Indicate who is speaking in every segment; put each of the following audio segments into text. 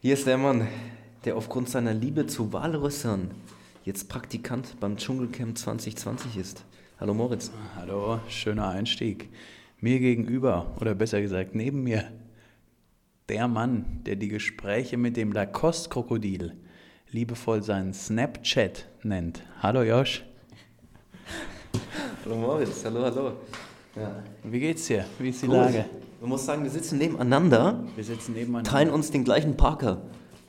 Speaker 1: Hier ist der Mann, der aufgrund seiner Liebe zu Walrössern jetzt Praktikant beim Dschungelcamp 2020 ist. Hallo Moritz.
Speaker 2: Hallo, schöner Einstieg. Mir gegenüber, oder besser gesagt neben mir, der Mann, der die Gespräche mit dem Lacoste-Krokodil liebevoll seinen Snapchat nennt. Hallo Josh.
Speaker 1: Hallo Moritz, hallo, hallo.
Speaker 2: Wie geht's dir? Wie ist die
Speaker 1: Gut.
Speaker 2: Lage?
Speaker 1: Man muss sagen, wir sitzen nebeneinander,
Speaker 2: Wir sitzen nebeneinander.
Speaker 1: teilen uns den gleichen Parker.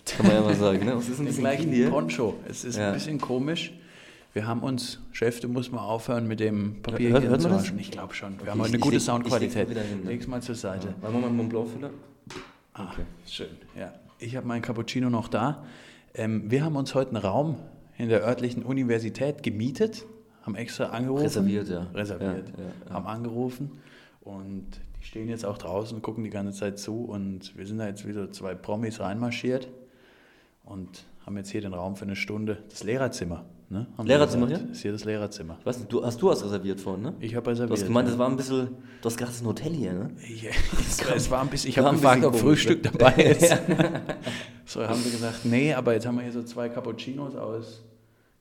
Speaker 1: Kann man ja mal sagen, ne? Was ist ein
Speaker 2: den
Speaker 1: bisschen
Speaker 2: gleichen
Speaker 1: hier?
Speaker 2: Poncho. Es ist
Speaker 1: Ja.
Speaker 2: ein bisschen komisch. Wir haben uns, Chef, du musst mal aufhören mit dem Papier
Speaker 1: Hört-
Speaker 2: hier
Speaker 1: hört man das?
Speaker 2: hinzuwaschen. Ich glaube schon. Wir haben
Speaker 1: ich-
Speaker 2: heute eine
Speaker 1: ich
Speaker 2: gute
Speaker 1: leg- ich
Speaker 2: Soundqualität.
Speaker 1: leg wieder hin, ne?
Speaker 2: Leg's mal zur Seite.
Speaker 1: Wollen wir mal einen Mont Blanc füllen?
Speaker 2: Ah, schön. Ja. Ich habe meinen Cappuccino noch da. Ähm, wir haben uns heute einen Raum in der örtlichen Universität gemietet, haben extra angerufen.
Speaker 1: Reserviert, ja.
Speaker 2: Reserviert.
Speaker 1: Ja, ja,
Speaker 2: Haben angerufen und die stehen jetzt auch draußen, gucken die ganze Zeit zu und wir sind da jetzt wieder zwei Promis reinmarschiert und haben jetzt hier den Raum für eine Stunde. Das Lehrerzimmer. Ne? Haben wir
Speaker 1: Lehrerzimmer
Speaker 2: gesagt.
Speaker 1: hier?
Speaker 2: Ist hier das Lehrerzimmer.
Speaker 1: Ich weiß nicht, du hast du hast reserviert vorhin, ne?
Speaker 2: Ich habe
Speaker 1: Du
Speaker 2: reserviert.
Speaker 1: hast gemeint,
Speaker 2: ja.
Speaker 1: es war ein bisschen. Du hast gedacht, es ist ein Hotel hier, ne?
Speaker 2: Ja, äh, es, war, es war ein bisschen, ich
Speaker 1: war
Speaker 2: habe
Speaker 1: ein
Speaker 2: gefragt,
Speaker 1: bisschen
Speaker 2: ob
Speaker 1: komisch,
Speaker 2: Frühstück dabei ist. so haben sie gesagt, nee, aber jetzt haben wir hier so zwei Cappuccinos aus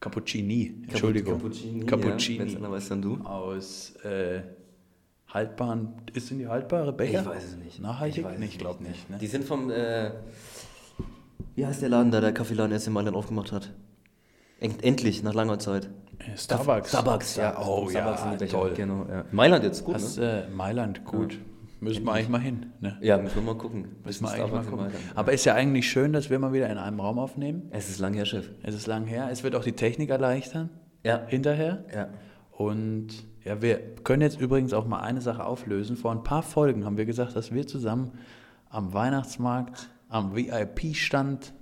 Speaker 2: Cappuccini, Entschuldigung.
Speaker 1: Cappuccini. Ja, wenn's
Speaker 2: Cappuccini
Speaker 1: einer weiß, dann du.
Speaker 2: aus äh, haltbaren, ist sind die haltbare Becher?
Speaker 1: Ich weiß es nicht.
Speaker 2: Nachhaltig?
Speaker 1: Ich weiß es
Speaker 2: nee, ich glaube nicht.
Speaker 1: Die
Speaker 2: ne?
Speaker 1: sind vom, äh, wie heißt der Laden da, der Kaffeeladen, der es in Mailand aufgemacht hat? End- Endlich, nach langer Zeit.
Speaker 2: Äh, Starbucks.
Speaker 1: Starbucks,
Speaker 2: ja. Oh
Speaker 1: Starbucks
Speaker 2: ja,
Speaker 1: sind Becher,
Speaker 2: toll.
Speaker 1: Genau, ja. Mailand jetzt, gut,
Speaker 2: Das
Speaker 1: ne?
Speaker 2: äh, Mailand, gut. Müssen wir eigentlich mal hin. Ne?
Speaker 1: Ja, müssen wir mal gucken.
Speaker 2: Müssen wir eigentlich mal
Speaker 1: Starbucks in
Speaker 2: gucken.
Speaker 1: Mailand.
Speaker 2: Aber ist ja eigentlich schön, dass wir mal wieder in einem Raum aufnehmen.
Speaker 1: Es ist lang her, Chef.
Speaker 2: Es ist lang her. Es wird auch die Technik erleichtern.
Speaker 1: Ja.
Speaker 2: Hinterher.
Speaker 1: Ja.
Speaker 2: Und ja, wir können jetzt übrigens auch mal eine Sache auflösen. Vor ein paar Folgen haben wir gesagt, dass wir zusammen am Weihnachtsmarkt, am VIP-Stand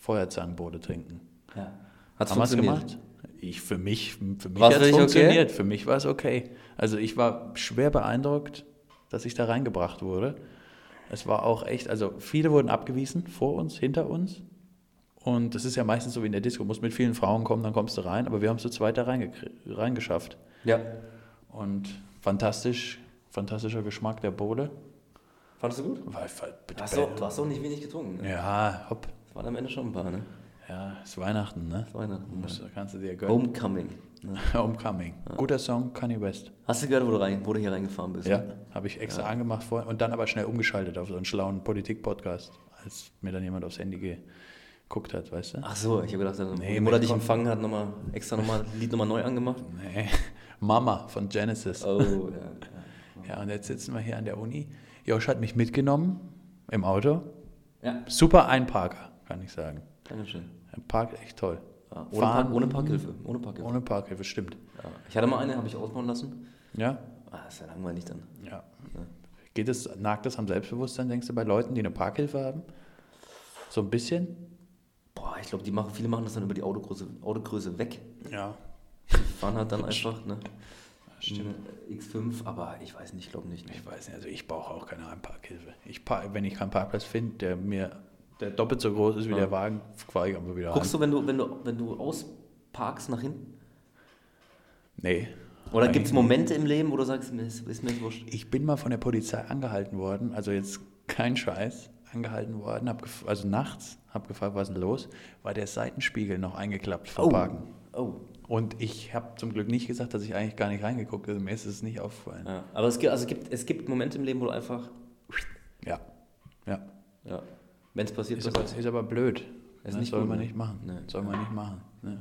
Speaker 2: Feuerzangenbowle trinken.
Speaker 1: ja. Hat's
Speaker 2: haben wir es
Speaker 1: funktioniert?
Speaker 2: gemacht? Ich, für mich, für mich
Speaker 1: War's
Speaker 2: hat
Speaker 1: für
Speaker 2: es
Speaker 1: dich okay?
Speaker 2: funktioniert. Für mich war es okay. Also ich war schwer beeindruckt, dass ich da reingebracht wurde. Es war auch echt, also viele wurden abgewiesen, vor uns, hinter uns. Und das ist ja meistens so wie in der Disco, du musst mit vielen Frauen kommen, dann kommst du rein. Aber wir haben es zu zweit da reingekrie- reingeschafft.
Speaker 1: Ja.
Speaker 2: Und fantastisch, fantastischer Geschmack der Bowle.
Speaker 1: Fandest du gut?
Speaker 2: Weil- weil-
Speaker 1: Du hast, auch, du hast auch nicht wenig getrunken. Ne?
Speaker 2: Ja, hopp.
Speaker 1: Das waren am Ende schon ein paar, ne?
Speaker 2: Ja, ist Weihnachten, ne?
Speaker 1: Weihnachten,
Speaker 2: Musst, Kannst du
Speaker 1: Um-
Speaker 2: dir gönnen.
Speaker 1: Homecoming. Ne?
Speaker 2: Homecoming. Guter Song, Kanye West.
Speaker 1: Hast du gehört, wo du, rein, wo du hier reingefahren bist?
Speaker 2: Ja,
Speaker 1: ne?
Speaker 2: habe ich extra angemacht vorhin und dann aber schnell umgeschaltet auf so einen schlauen Politik-Podcast, als mir dann jemand aufs Handy geguckt hat, weißt du?
Speaker 1: Ach so, ich habe gedacht, dann,
Speaker 2: Nee,
Speaker 1: die Mutter
Speaker 2: mein
Speaker 1: dich
Speaker 2: Gott.
Speaker 1: empfangen hat, nochmal extra nochmal Lied nochmal neu angemacht.
Speaker 2: Nee. Mama von Genesis.
Speaker 1: Oh, ja.
Speaker 2: Ja, und jetzt sitzen wir hier an der Uni. Josh hat mich mitgenommen im Auto.
Speaker 1: Ja,
Speaker 2: Super Einparker, kann ich sagen.
Speaker 1: danke schön.
Speaker 2: Er parkt echt toll.
Speaker 1: Ja, Ah, ohne,
Speaker 2: Fahren-
Speaker 1: Park, ohne Parkhilfe. Ohne Parkhilfe.
Speaker 2: Ohne Parkhilfe, stimmt.
Speaker 1: Ja. Ich hatte mal eine, habe ich ausbauen lassen.
Speaker 2: Ja?
Speaker 1: Ah, ist ja langweilig dann.
Speaker 2: Ja. Geht es, nagt das am Selbstbewusstsein, denkst du, bei Leuten, die eine Parkhilfe haben? So ein bisschen?
Speaker 1: Boah, ich glaube, die machen, viele machen das dann über die Autogröße, Autogröße weg.
Speaker 2: Ja.
Speaker 1: Die fahren halt dann einfach, ne? Stimmt. X5, aber ich weiß nicht, glaube nicht.
Speaker 2: Ich weiß nicht, also ich brauche auch keine Parkhilfe. Ich par wenn ich keinen Parkplatz finde, der mir der doppelt so groß ist wie der Wagen, fahre ich einfach wieder
Speaker 1: Guckst
Speaker 2: rein.
Speaker 1: du, wenn du, wenn du, wenn du ausparkst nach hinten?
Speaker 2: Nee.
Speaker 1: Oder
Speaker 2: Eigentlich
Speaker 1: gibt es Momente im Leben, wo du sagst, mir ist, ist mir wurscht?
Speaker 2: Ich bin mal von der Polizei angehalten worden, also jetzt kein Scheiß, angehalten worden, hab gef- also nachts, habe gefragt, was ist denn los, war der Seitenspiegel noch eingeklappt vom Parken.
Speaker 1: Oh.
Speaker 2: Und ich habe zum Glück nicht gesagt, dass ich eigentlich gar nicht reingeguckt habe, mir ist es nicht aufgefallen.
Speaker 1: Ja. Aber es gibt, also es, gibt, es gibt Momente im Leben, wo du einfach,
Speaker 2: Ja. Ja.
Speaker 1: ja, wenn es passiert,
Speaker 2: Ist aber,
Speaker 1: passiert.
Speaker 2: ist aber blöd.
Speaker 1: Ist
Speaker 2: ne?
Speaker 1: nicht
Speaker 2: soll
Speaker 1: gut,
Speaker 2: man
Speaker 1: ne?
Speaker 2: nicht machen.
Speaker 1: Nee.
Speaker 2: Soll man nicht machen. Ne?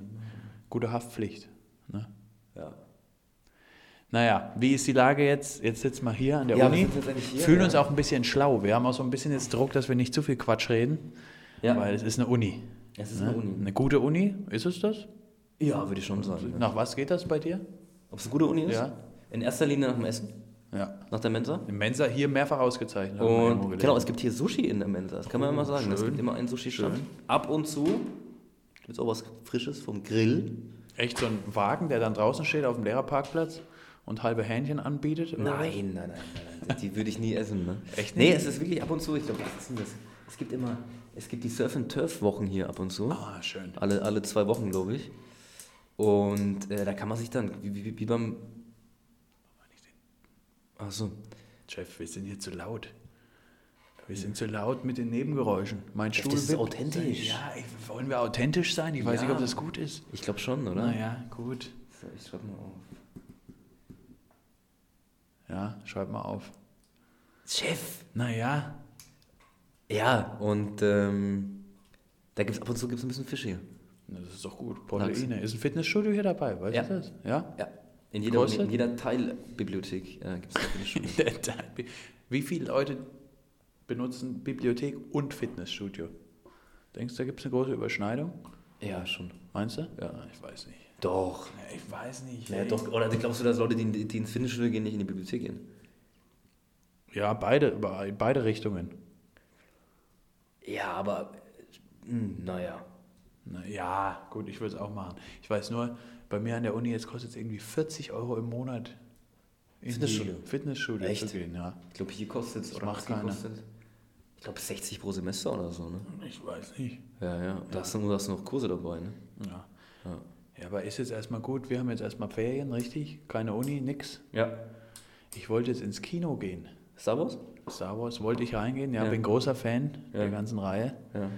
Speaker 2: Gute Haftpflicht. Ne?
Speaker 1: Ja.
Speaker 2: Naja, wie ist die Lage jetzt? Jetzt sitzen wir hier an der
Speaker 1: Ja, wir
Speaker 2: Uni.
Speaker 1: sind jetzt eigentlich hier,
Speaker 2: Fühlen
Speaker 1: ja.
Speaker 2: uns auch ein bisschen schlau. Wir haben auch so ein bisschen jetzt Druck, dass wir nicht zu viel Quatsch reden,
Speaker 1: Ja.
Speaker 2: weil es ist eine Uni.
Speaker 1: Es ist
Speaker 2: ne?
Speaker 1: eine Uni.
Speaker 2: Eine gute Uni, ist es das?
Speaker 1: Ja, würde ich schon sagen.
Speaker 2: Nach was geht das bei dir?
Speaker 1: Ob es eine gute Uni ist?
Speaker 2: Ja.
Speaker 1: In erster Linie nach dem Essen,
Speaker 2: Ja.
Speaker 1: nach der Mensa.
Speaker 2: Im Mensa hier mehrfach ausgezeichnet. haben wir irgendwo
Speaker 1: Und
Speaker 2: gelesen.
Speaker 1: genau, es gibt hier Sushi in der Mensa, das kann man ja mal sagen. Es gibt immer einen Sushi-Stand. Ab und zu gibt es auch was Frisches vom Grill.
Speaker 2: Echt so ein Wagen, der dann draußen steht auf dem Lehrerparkplatz und halbe Hähnchen anbietet? oder was?
Speaker 1: Nein, nein, nein, nein, nein. Die würde ich nie essen, ne?
Speaker 2: Echt
Speaker 1: Nee, es ist wirklich ab und zu, ich glaube, was ist denn das? Es gibt immer, es gibt die Surf and Turf-Wochen hier ab und zu.
Speaker 2: Ah, schön.
Speaker 1: Alle, alle zwei Wochen, glaube ich. Und äh, da kann man sich dann, wie, wie, wie beim. Achso.
Speaker 2: Jeff, wir sind hier zu laut. Wir sind zu laut mit den Nebengeräuschen. Mein Stuhl
Speaker 1: das ist
Speaker 2: wippt.
Speaker 1: authentisch.
Speaker 2: Ja, ey, wollen wir authentisch sein? Ich weiß
Speaker 1: Ja.
Speaker 2: nicht, ob das gut ist.
Speaker 1: Ich glaube schon, oder?
Speaker 2: Naja, gut.
Speaker 1: So, ich schreibe mal auf.
Speaker 2: Ja, schreib mal auf.
Speaker 1: Chef!
Speaker 2: Naja,
Speaker 1: Ja, und ähm, da gibt's ab und zu gibt's ein bisschen Fisch hier.
Speaker 2: das ist doch gut. Proteine. Ist ein Fitnessstudio hier dabei, weißt
Speaker 1: Ja.
Speaker 2: du das? Ja.
Speaker 1: Ja. In jeder,
Speaker 2: Kostet?
Speaker 1: in jeder Teilbibliothek äh, gibt es Fisch.
Speaker 2: Wie viele Leute benutzen Bibliothek und Fitnessstudio? Denkst du, da gibt es eine große Überschneidung?
Speaker 1: ja, schon.
Speaker 2: Meinst du? Ja, ich weiß nicht.
Speaker 1: Doch.
Speaker 2: Ja, Ich weiß nicht.
Speaker 1: Ja,
Speaker 2: ey.
Speaker 1: doch. Oder glaubst du, dass Leute, die, die ins Fitnessstudio gehen, nicht in die Bibliothek gehen?
Speaker 2: ja beide, be- beide Richtungen.
Speaker 1: Ja, aber hm, naja.
Speaker 2: Na ja, gut, ich würde es auch machen. Ich weiß nur, bei mir an der Uni jetzt kostet es irgendwie 40 Euro im Monat. in die
Speaker 1: Fitnessstudio?
Speaker 2: Fitnessstudio
Speaker 1: Echt?
Speaker 2: zu gehen, ja.
Speaker 1: Ich glaube, hier kostet es, oder
Speaker 2: macht
Speaker 1: macht hier
Speaker 2: keiner.
Speaker 1: kostet ich glaube 60 pro Semester oder so, ne?
Speaker 2: Ich weiß nicht.
Speaker 1: Ja, ja. Da hast du, da hast du noch Kurse dabei, ne?
Speaker 2: Ja.
Speaker 1: Ja.
Speaker 2: ja, aber ist jetzt erstmal gut. Wir haben jetzt erstmal Ferien, richtig? Keine Uni, nix.
Speaker 1: Ja.
Speaker 2: Ich wollte jetzt ins Kino gehen.
Speaker 1: Star Wars?
Speaker 2: Star Wars wollte ich reingehen, ja,
Speaker 1: Ja.
Speaker 2: bin großer Fan der
Speaker 1: Ja.
Speaker 2: ganzen Reihe.
Speaker 1: Ja.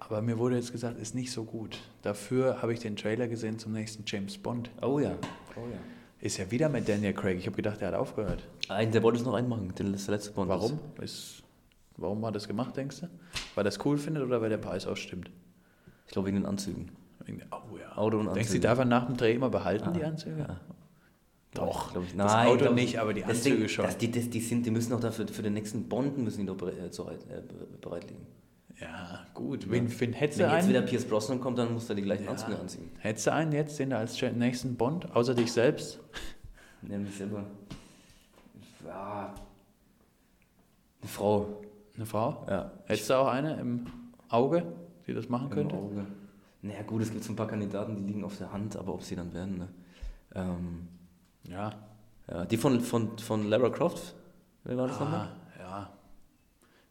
Speaker 2: Aber mir wurde jetzt gesagt, ist nicht so gut. Dafür habe ich den Trailer gesehen zum nächsten James Bond.
Speaker 1: Oh ja. Oh ja.
Speaker 2: Ist ja wieder mit Daniel Craig. Ich habe gedacht, der hat aufgehört.
Speaker 1: Ein, der wollte es noch einmachen, der letzte, letzte Bond.
Speaker 2: Warum? Ist, warum hat er das gemacht, denkst du? Weil er es cool findet oder weil der Preis ausstimmt?
Speaker 1: Ich glaube, wegen den Anzügen.
Speaker 2: Wegen- Oh ja.
Speaker 1: Auto und
Speaker 2: Denkst du,
Speaker 1: Anzüge.
Speaker 2: die darf er nach dem Dreh immer behalten,
Speaker 1: Ah,
Speaker 2: die Anzüge?
Speaker 1: ja.
Speaker 2: Doch.
Speaker 1: Glaub ich,
Speaker 2: das
Speaker 1: nein,
Speaker 2: Auto
Speaker 1: glaub ich-
Speaker 2: nicht, aber die
Speaker 1: deswegen-
Speaker 2: Anzüge schon.
Speaker 1: Das, die, das, die, sind, die müssen auch dafür für den nächsten Bonden müssen die doch bere- äh, zu- äh, bereitlegen.
Speaker 2: ja, gut. Wen, wen hättest
Speaker 1: Wenn
Speaker 2: du
Speaker 1: jetzt
Speaker 2: einen?
Speaker 1: wieder Pierce Brosnan kommt, dann muss er die gleichen Anzüge
Speaker 2: ja.
Speaker 1: anziehen.
Speaker 2: Hättest du einen jetzt, den du als nächsten Bond, außer dich selbst?
Speaker 1: Nenn mich selber. Ja. Eine Frau.
Speaker 2: Eine Frau?
Speaker 1: Ja.
Speaker 2: Hättest du auch eine im Auge, die das machen könnte?
Speaker 1: Im Auge. Naja, gut, es gibt so ein paar Kandidaten, die liegen auf der Hand, aber ob sie dann werden, ne? Ähm,
Speaker 2: Ja.
Speaker 1: ja, die von, von, von Lara Croft. Wer war das nochmal?
Speaker 2: Ah, ja.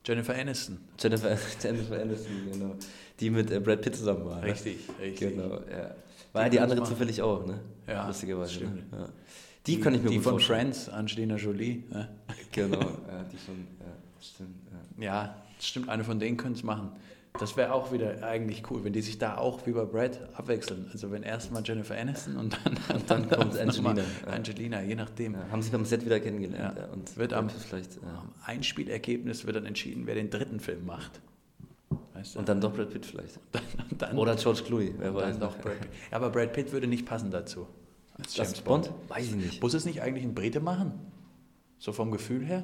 Speaker 2: Jennifer Aniston.
Speaker 1: Jennifer, Jennifer Aniston, genau. Die mit äh, Brad Pitt zusammen war. Ne?
Speaker 2: Richtig, richtig.
Speaker 1: Genau, ja. War ja die
Speaker 2: kann
Speaker 1: andere
Speaker 2: ich machen.
Speaker 1: zufällig auch, ne?
Speaker 2: Ja,
Speaker 1: Lustigerweise.
Speaker 2: stimmt.
Speaker 1: Ne? Ja. Die, kann ich mir
Speaker 2: die
Speaker 1: gut
Speaker 2: von
Speaker 1: vorstellen.
Speaker 2: Friends, Angelina Jolie. Ne?
Speaker 1: Genau, ja, die schon, ja, stimmt. Ja.
Speaker 2: Ja, stimmt, eine von denen könnte es machen. Das wäre auch wieder eigentlich cool, wenn die sich da auch wie bei Brad abwechseln. Also wenn erstmal Jennifer Aniston und dann,
Speaker 1: dann kommt
Speaker 2: nochmal
Speaker 1: Angelina, ja.
Speaker 2: Angelina, je nachdem.
Speaker 1: Ja, haben sie beim Set wieder kennengelernt.
Speaker 2: Ja.
Speaker 1: Ja. Und
Speaker 2: Wird
Speaker 1: Brad
Speaker 2: am-
Speaker 1: Pitt vielleicht. Ja.
Speaker 2: Am Einspielergebnis wird dann entschieden, wer den dritten Film macht. Weißt du?
Speaker 1: Und dann doch Brad Pitt vielleicht.
Speaker 2: dann, dann,
Speaker 1: Oder George Clooney, wer weiß.
Speaker 2: dann doch Brad Pitt. Ja, aber Brad Pitt würde nicht passen dazu. Als
Speaker 1: James Bond? Weiß ich nicht.
Speaker 2: Muss es nicht eigentlich ein Brite machen? So vom Gefühl her?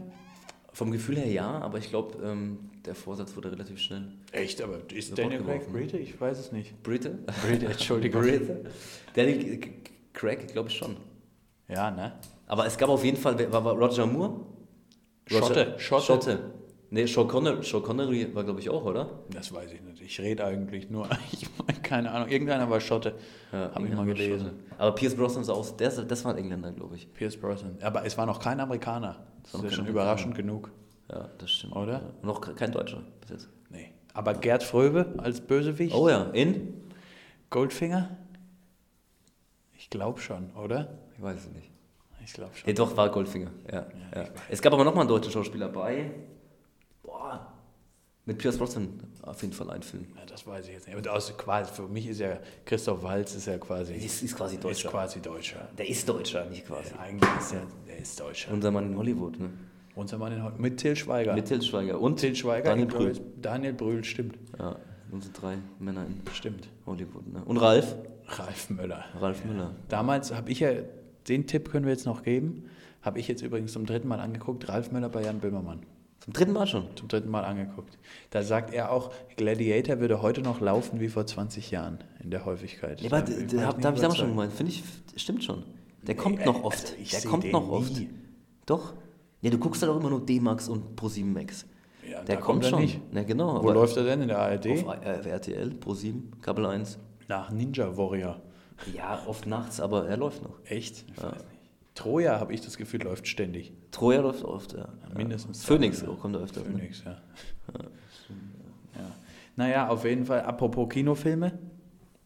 Speaker 1: Vom Gefühl her ja, aber ich glaube, ähm, der Vorsatz wurde relativ schnell.
Speaker 2: Echt, aber ist
Speaker 1: Sofort
Speaker 2: Daniel Craig
Speaker 1: geworfen.
Speaker 2: Brite? Ich weiß es nicht.
Speaker 1: Brite?
Speaker 2: Brite, Entschuldigung.
Speaker 1: Brite? Daniel K- K- Craig, glaube ich schon.
Speaker 2: Ja, ne?
Speaker 1: Aber es gab auf jeden Fall, wer- war, war Roger Moore?
Speaker 2: Schotte, Schotte.
Speaker 1: Schotte. Nee, Sean Connery, Sean Connery war, glaube ich, auch, oder?
Speaker 2: Das weiß ich nicht. Ich rede eigentlich nur, ich meine, keine Ahnung. Irgendeiner war Schotte. Habe ich mal
Speaker 1: Engländer,
Speaker 2: gelesen.
Speaker 1: Schotte. Aber Pierce Brosnan ist auch, der, ist- das war ein Engländer, glaube ich.
Speaker 2: Pierce Brosnan. Aber es war noch kein Amerikaner. Das
Speaker 1: War noch kein
Speaker 2: ist ja schon
Speaker 1: Amerikaner.
Speaker 2: überraschend genug.
Speaker 1: Ja, das stimmt.
Speaker 2: Oder?
Speaker 1: Ja. Noch ke- kein Deutscher bis jetzt.
Speaker 2: Nee. Aber Gerd Fröbe als Bösewicht?
Speaker 1: Oh ja, in?
Speaker 2: Goldfinger? Ich glaube schon, oder?
Speaker 1: Ich weiß es nicht.
Speaker 2: Ich glaube schon.
Speaker 1: Nee, doch, war Goldfinger. Ja,
Speaker 2: Ja,
Speaker 1: ja,
Speaker 2: ich weiß.
Speaker 1: Es gab aber nochmal einen deutschen Schauspieler bei. Boah. Mit Pierce Brosnan auf jeden Fall ein Film.
Speaker 2: Ja, das weiß ich jetzt nicht. Aber aus, quasi, für mich ist ja Christoph Walz ist ja quasi,
Speaker 1: Ist, ist quasi
Speaker 2: ist
Speaker 1: Deutscher.
Speaker 2: quasi Deutscher.
Speaker 1: der ist Deutscher, nicht quasi.
Speaker 2: Ja, eigentlich ist er, er ist Deutscher.
Speaker 1: Unser Mann in Hollywood, ne?
Speaker 2: Unser Mann in Hollywood. Mit Till Schweiger.
Speaker 1: Mit Til Schweiger und
Speaker 2: Till Schweiger.
Speaker 1: Daniel
Speaker 2: ich glaube,
Speaker 1: Brühl.
Speaker 2: es- Daniel Brühl, stimmt.
Speaker 1: Ja, unsere drei Männer in
Speaker 2: Stimmt.
Speaker 1: Hollywood, ne? Und Ralf?
Speaker 2: Ralf Möller.
Speaker 1: Ralf Müller.
Speaker 2: Damals habe ich ja, den Tipp können wir jetzt noch geben, habe ich jetzt übrigens zum dritten Mal angeguckt, Ralf Möller bei Jan Böhmermann.
Speaker 1: Zum dritten Mal schon.
Speaker 2: Zum dritten Mal angeguckt. Da sagt er auch, Gladiator würde heute noch laufen wie vor 20 Jahren in der Häufigkeit.
Speaker 1: Ja, aber
Speaker 2: Da
Speaker 1: da,
Speaker 2: bin ich
Speaker 1: da,
Speaker 2: nicht
Speaker 1: hab- da habe ich damals schon
Speaker 2: überzeugt.
Speaker 1: gemeint. Finde ich, f- stimmt schon. Der kommt
Speaker 2: Nee,
Speaker 1: noch
Speaker 2: also
Speaker 1: oft.
Speaker 2: ich
Speaker 1: der
Speaker 2: seh
Speaker 1: kommt
Speaker 2: den
Speaker 1: noch oft.
Speaker 2: nie.
Speaker 1: Doch. Ja, du guckst halt auch immer nur D-Max und Pro7 Max.
Speaker 2: Ja,
Speaker 1: der
Speaker 2: da
Speaker 1: kommt,
Speaker 2: kommt er
Speaker 1: schon.
Speaker 2: nicht.
Speaker 1: Na genau.
Speaker 2: Wo läuft er denn in der
Speaker 1: auf
Speaker 2: ARD?
Speaker 1: äh, RTL, Pro7, Kabel 1.
Speaker 2: Nach Ninja Warrior.
Speaker 1: Ja, oft nachts, aber er läuft noch.
Speaker 2: Echt? Ich weiß nicht. Troja, habe ich das Gefühl, läuft ständig.
Speaker 1: Troja läuft oft, ja.
Speaker 2: mindestens
Speaker 1: Phoenix
Speaker 2: zwei, ne?
Speaker 1: auch kommt er öfter. Ne?
Speaker 2: Phoenix, ja. ja. Naja, auf jeden Fall, apropos Kinofilme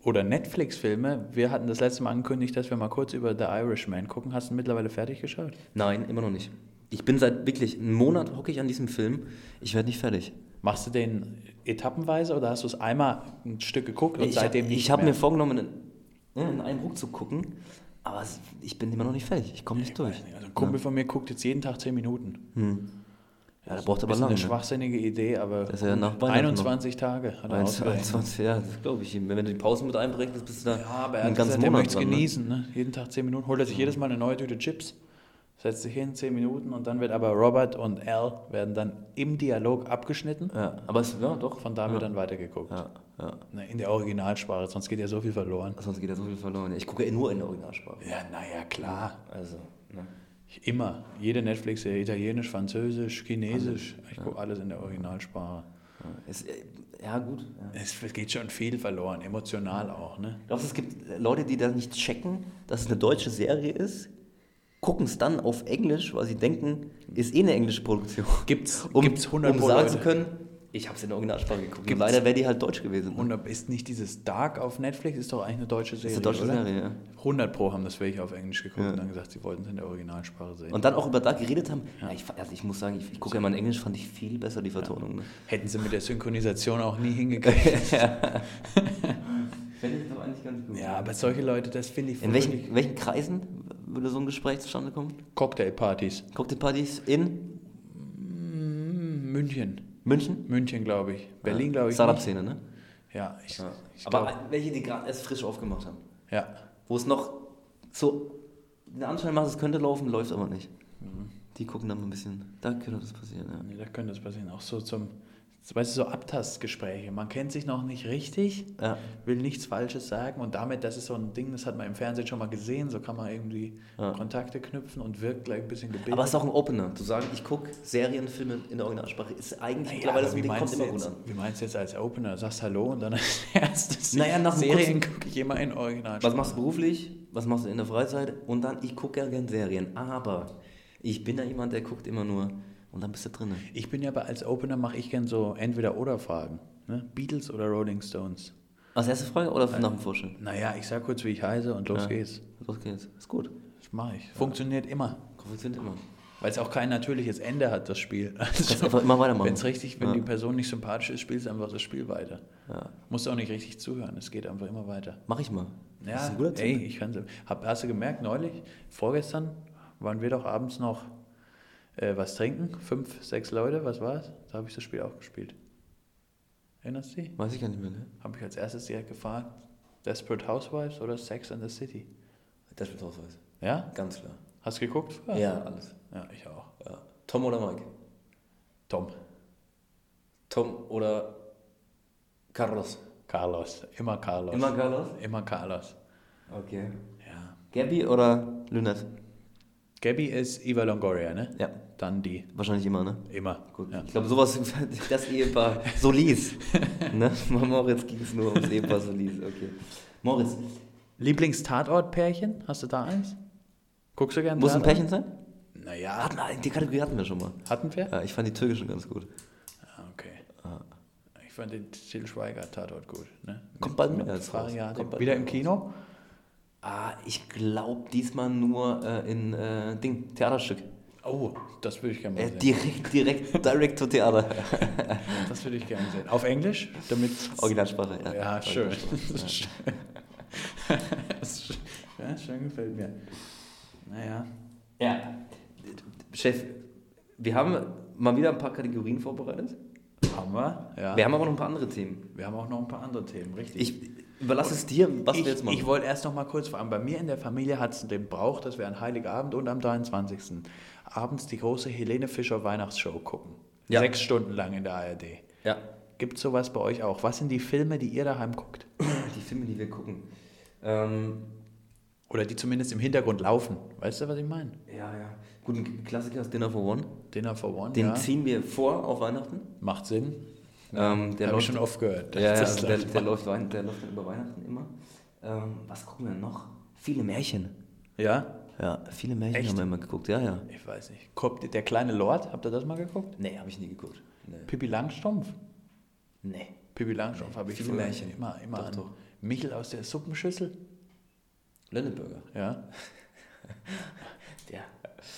Speaker 2: oder Netflix-Filme, wir hatten das letzte Mal angekündigt, dass wir mal kurz über The Irishman gucken. Hast du ihn mittlerweile fertig geschaut?
Speaker 1: Nein, immer noch nicht. Ich bin seit wirklich einem Monat hocke ich an diesem Film. Ich werde nicht fertig.
Speaker 2: Machst du den etappenweise oder hast du es einmal ein Stück geguckt und
Speaker 1: ich
Speaker 2: seitdem
Speaker 1: hab-
Speaker 2: nicht
Speaker 1: ich habe
Speaker 2: mehr?
Speaker 1: mir vorgenommen, in, in einen Ruck zu gucken, aber es- ich bin immer noch nicht fertig. Ich komme nicht durch.
Speaker 2: Also ein Kumpel von mir guckt jetzt jeden Tag 10 Minuten.
Speaker 1: Ja, da braucht
Speaker 2: Ist
Speaker 1: aber lange.
Speaker 2: eine
Speaker 1: Ne?
Speaker 2: schwachsinnige Idee, aber
Speaker 1: ist ja nach Weihnachten
Speaker 2: 21 Tage hat er
Speaker 1: 21,
Speaker 2: ausgerechnet.
Speaker 1: 20, ja, das glaube ich. Wenn du die Pausen mit einberechnest, bist du da
Speaker 2: Ja, aber er
Speaker 1: einen
Speaker 2: hat
Speaker 1: ganzen
Speaker 2: gesagt, er
Speaker 1: Monat
Speaker 2: möchte es
Speaker 1: dran. Ne?
Speaker 2: genießen. Ne? Jeden Tag 10 Minuten. Holt er sich jedes Mal eine neue Tüte Chips, setzt sich hin, 10 Minuten und dann wird aber Robert und Al werden dann im Dialog abgeschnitten.
Speaker 1: Ja, aber es, ja, doch.
Speaker 2: Von da wird dann weitergeguckt.
Speaker 1: Ja, ja.
Speaker 2: Na, In der Originalsprache, sonst geht ja so viel verloren.
Speaker 1: Sonst geht da so viel verloren. Ich gucke ja nur in der Originalsprache.
Speaker 2: Ja, naja, klar.
Speaker 1: Also, ne?
Speaker 2: Immer. Jede Netflix-Serie, Italienisch, Französisch, Chinesisch. Ich gucke alles in der Originalsprache.
Speaker 1: Es, äh, ja, gut. Ja.
Speaker 2: Es geht schon viel verloren, emotional auch, ne?
Speaker 1: Glaubst du, es gibt Leute, die das nicht checken, dass es eine deutsche Serie ist, gucken es dann auf Englisch, weil sie denken, ist eh eine englische Produktion.
Speaker 2: Gibt's,
Speaker 1: Um,
Speaker 2: gibt's 100
Speaker 1: um
Speaker 2: Pro
Speaker 1: sagen
Speaker 2: Leute.
Speaker 1: zu können, ich habe es in der Originalsprache geguckt. Und
Speaker 2: Gibt's-
Speaker 1: leider wäre die halt deutsch gewesen.
Speaker 2: Und ob- ist nicht dieses Dark auf Netflix, ist doch eigentlich eine deutsche Serie,
Speaker 1: eine deutsche
Speaker 2: oder?
Speaker 1: Serie, ja.
Speaker 2: 100 Pro haben das welche auf Englisch geguckt
Speaker 1: Ja.
Speaker 2: und dann gesagt, sie wollten es in der Originalsprache sehen.
Speaker 1: Und dann auch über da geredet haben. Ja. ich, also ich muss sagen, ich, ich gucke ja mal in Englisch, fand ich viel besser die Vertonung. Ne?
Speaker 2: Hätten sie mit der Synchronisation auch nie hingekriegt.
Speaker 1: Fände ich doch eigentlich ganz gut.
Speaker 2: ja, aber solche Leute, das finde ich
Speaker 1: In
Speaker 2: wirklich-
Speaker 1: welchen, welchen Kreisen würde so ein Gespräch zustande kommen?
Speaker 2: Cocktailpartys.
Speaker 1: Cocktailpartys in
Speaker 2: Hm, München.
Speaker 1: München?
Speaker 2: München, glaube ich. Berlin, glaube ich. nicht.
Speaker 1: Startup-Szene, ne?
Speaker 2: Ja, ich, ich
Speaker 1: Aber
Speaker 2: glaub-
Speaker 1: welche, die gerade erst frisch aufgemacht haben.
Speaker 2: ja.
Speaker 1: Wo es noch so den Anschein macht, es könnte laufen, läuft aber nicht.
Speaker 2: Mhm.
Speaker 1: Die gucken dann mal ein bisschen. Da könnte das passieren, ja.
Speaker 2: Nee, da könnte es passieren. Auch so zum, weißt du, so Abtastgespräche. Man kennt sich noch nicht richtig,
Speaker 1: Ja.
Speaker 2: will nichts Falsches sagen und damit, das ist so ein Ding, das hat man im Fernsehen schon mal gesehen, so kann man irgendwie
Speaker 1: Ja.
Speaker 2: Kontakte knüpfen und wirkt gleich ein bisschen gebildet.
Speaker 1: Aber es ist auch ein Opener. Zu sagen, ich gucke Serien, Filme in der Originalsprache, ist eigentlich
Speaker 2: Naja,
Speaker 1: mittlerweile
Speaker 2: aber
Speaker 1: so ein Ding, kommt
Speaker 2: meinst du
Speaker 1: immer gut
Speaker 2: jetzt,
Speaker 1: an.
Speaker 2: wie meinst du jetzt als Opener? Sagst Hallo und dann als erstes
Speaker 1: Naja, nach dem
Speaker 2: Serien gucke ich immer in Original.
Speaker 1: Was machst du beruflich? Was machst du in der Freizeit? Und dann, ich gucke ja gern Serien, aber ich bin ja jemand, der guckt immer nur und dann bist du drin.
Speaker 2: Ich bin ja aber als Opener mache ich gern so Entweder-Oder-Fragen. Ne? Beatles oder Rolling Stones?
Speaker 1: Als erste Frage oder nach dem Vorstellen?
Speaker 2: Naja, ich sag kurz, wie ich heiße und los
Speaker 1: Ja.
Speaker 2: geht's.
Speaker 1: Los geht's. Ist gut.
Speaker 2: Das mache ich. Funktioniert immer.
Speaker 1: Funktioniert immer.
Speaker 2: Weil es auch kein natürliches Ende hat, das Spiel. Also,
Speaker 1: einfach immer weitermachen.
Speaker 2: Wenn es richtig, wenn
Speaker 1: Ja.
Speaker 2: die Person nicht sympathisch ist, spielst du einfach das Spiel weiter.
Speaker 1: Ja.
Speaker 2: Musst auch nicht richtig zuhören, es geht einfach immer weiter.
Speaker 1: Mach ich mal. das ist
Speaker 2: Ja,
Speaker 1: ein guter
Speaker 2: ey,
Speaker 1: Tipp.
Speaker 2: ich kann hab, Hast du gemerkt, neulich, vorgestern, waren wir doch abends noch äh, was trinken? Fünf, sechs Leute, was war's? Da habe ich das Spiel auch gespielt. Erinnerst du dich?
Speaker 1: Weiß ich gar nicht mehr, ne?
Speaker 2: Habe ich als erstes direkt gefragt, Desperate Housewives oder Sex and the City?
Speaker 1: Das wird Ausweis.
Speaker 2: Ja?
Speaker 1: Ganz klar.
Speaker 2: Hast du geguckt?
Speaker 1: Ja, ja alles.
Speaker 2: Ja, ich auch.
Speaker 1: Ja. Tom oder Mike?
Speaker 2: Tom,
Speaker 1: Tom oder Carlos?
Speaker 2: Carlos, immer Carlos.
Speaker 1: Immer Carlos?
Speaker 2: Immer Carlos.
Speaker 1: Okay.
Speaker 2: Ja.
Speaker 1: Gabby oder Lynette?
Speaker 2: Gabby ist Eva Longoria, ne?
Speaker 1: Ja.
Speaker 2: Dann die.
Speaker 1: Wahrscheinlich immer, ne?
Speaker 2: Immer.
Speaker 1: Gut.
Speaker 2: Ja.
Speaker 1: Ich glaube, sowas, das Ehepaar Solis. ne? Bei Moritz ging es nur ums Ehepaar Solis. Okay. Moritz,
Speaker 2: Lieblingstatort-Pärchen? Hast du da eins? Guckst du gerne
Speaker 1: muss ein Pärchen sein?
Speaker 2: Naja,
Speaker 1: Ah, nein, die Kategorie hatten wir schon mal.
Speaker 2: hatten wir?
Speaker 1: Ja, ich fand die türkischen ganz gut.
Speaker 2: Ah, okay. Ich fand den Till Schweiger-Tatort gut. Ne?
Speaker 1: Kommt bald
Speaker 2: mit
Speaker 1: mehr als raus.
Speaker 2: Faria.
Speaker 1: Kommt bald
Speaker 2: Wieder
Speaker 1: mehr
Speaker 2: im
Speaker 1: raus.
Speaker 2: Kino?
Speaker 1: Ah, ich glaube diesmal nur äh, in äh, Ding, Theaterstück.
Speaker 2: Oh, das würde ich gerne mal
Speaker 1: Äh,
Speaker 2: sehen.
Speaker 1: direkt, direkt, direkt to Theater.
Speaker 2: Das würde ich gerne sehen. Auf Englisch? Damit
Speaker 1: Originalsprache, ja.
Speaker 2: Ja, schön.
Speaker 1: Originalsprache.
Speaker 2: Das ist schön. Das ist schön. Ja, schön gefällt mir. Naja.
Speaker 1: Ja. Chef, wir haben mal wieder ein paar Kategorien vorbereitet.
Speaker 2: Haben wir? Ja.
Speaker 1: Wir haben aber noch ein paar andere Themen.
Speaker 2: Wir haben auch noch ein paar andere Themen, richtig?
Speaker 1: Ich überlasse es dir, was
Speaker 2: ich,
Speaker 1: wir jetzt machen.
Speaker 2: Ich wollte erst noch mal kurz fragen. Bei mir in der Familie hat es den Brauch, dass wir an Heiligabend und am 23. abends die große Helene Fischer Weihnachtsshow gucken.
Speaker 1: Ja.
Speaker 2: Sechs Stunden lang in der ARD.
Speaker 1: ja.
Speaker 2: Gibt es sowas bei euch auch? Was sind die Filme, die ihr daheim guckt?
Speaker 1: Die Filme, die wir gucken. Ähm,
Speaker 2: Oder die zumindest im Hintergrund laufen? Weißt du, was ich meine?
Speaker 1: ja, ja. Gut, ein Klassiker ist Dinner for One.
Speaker 2: Dinner for One,
Speaker 1: Den
Speaker 2: ja.
Speaker 1: ziehen wir vor auf Weihnachten.
Speaker 2: Macht Sinn.
Speaker 1: Ähm, der
Speaker 2: Habe
Speaker 1: läuft
Speaker 2: ich schon oft gehört.
Speaker 1: Ja, ja,
Speaker 2: Das
Speaker 1: also der,
Speaker 2: läuft
Speaker 1: der,
Speaker 2: mal.
Speaker 1: läuft, Wein- der läuft dann über Weihnachten immer. Ähm, was gucken wir noch? Viele Märchen.
Speaker 2: ja?
Speaker 1: Ja, viele Märchen
Speaker 2: Echt?
Speaker 1: haben wir immer geguckt, ja, ja.
Speaker 2: Ich weiß nicht. Kommt der kleine Lord, habt ihr das mal geguckt?
Speaker 1: Nee, habe ich nie geguckt. Nee.
Speaker 2: Pippi Langstrumpf?
Speaker 1: nee.
Speaker 2: Pippi Langstrumpf habe ich
Speaker 1: viele
Speaker 2: früher
Speaker 1: Märchen.
Speaker 2: immer, immer
Speaker 1: Doch,
Speaker 2: an.
Speaker 1: doch.
Speaker 2: Michel aus der Suppenschüssel?
Speaker 1: Lönneburger.
Speaker 2: Ja.
Speaker 1: Ja.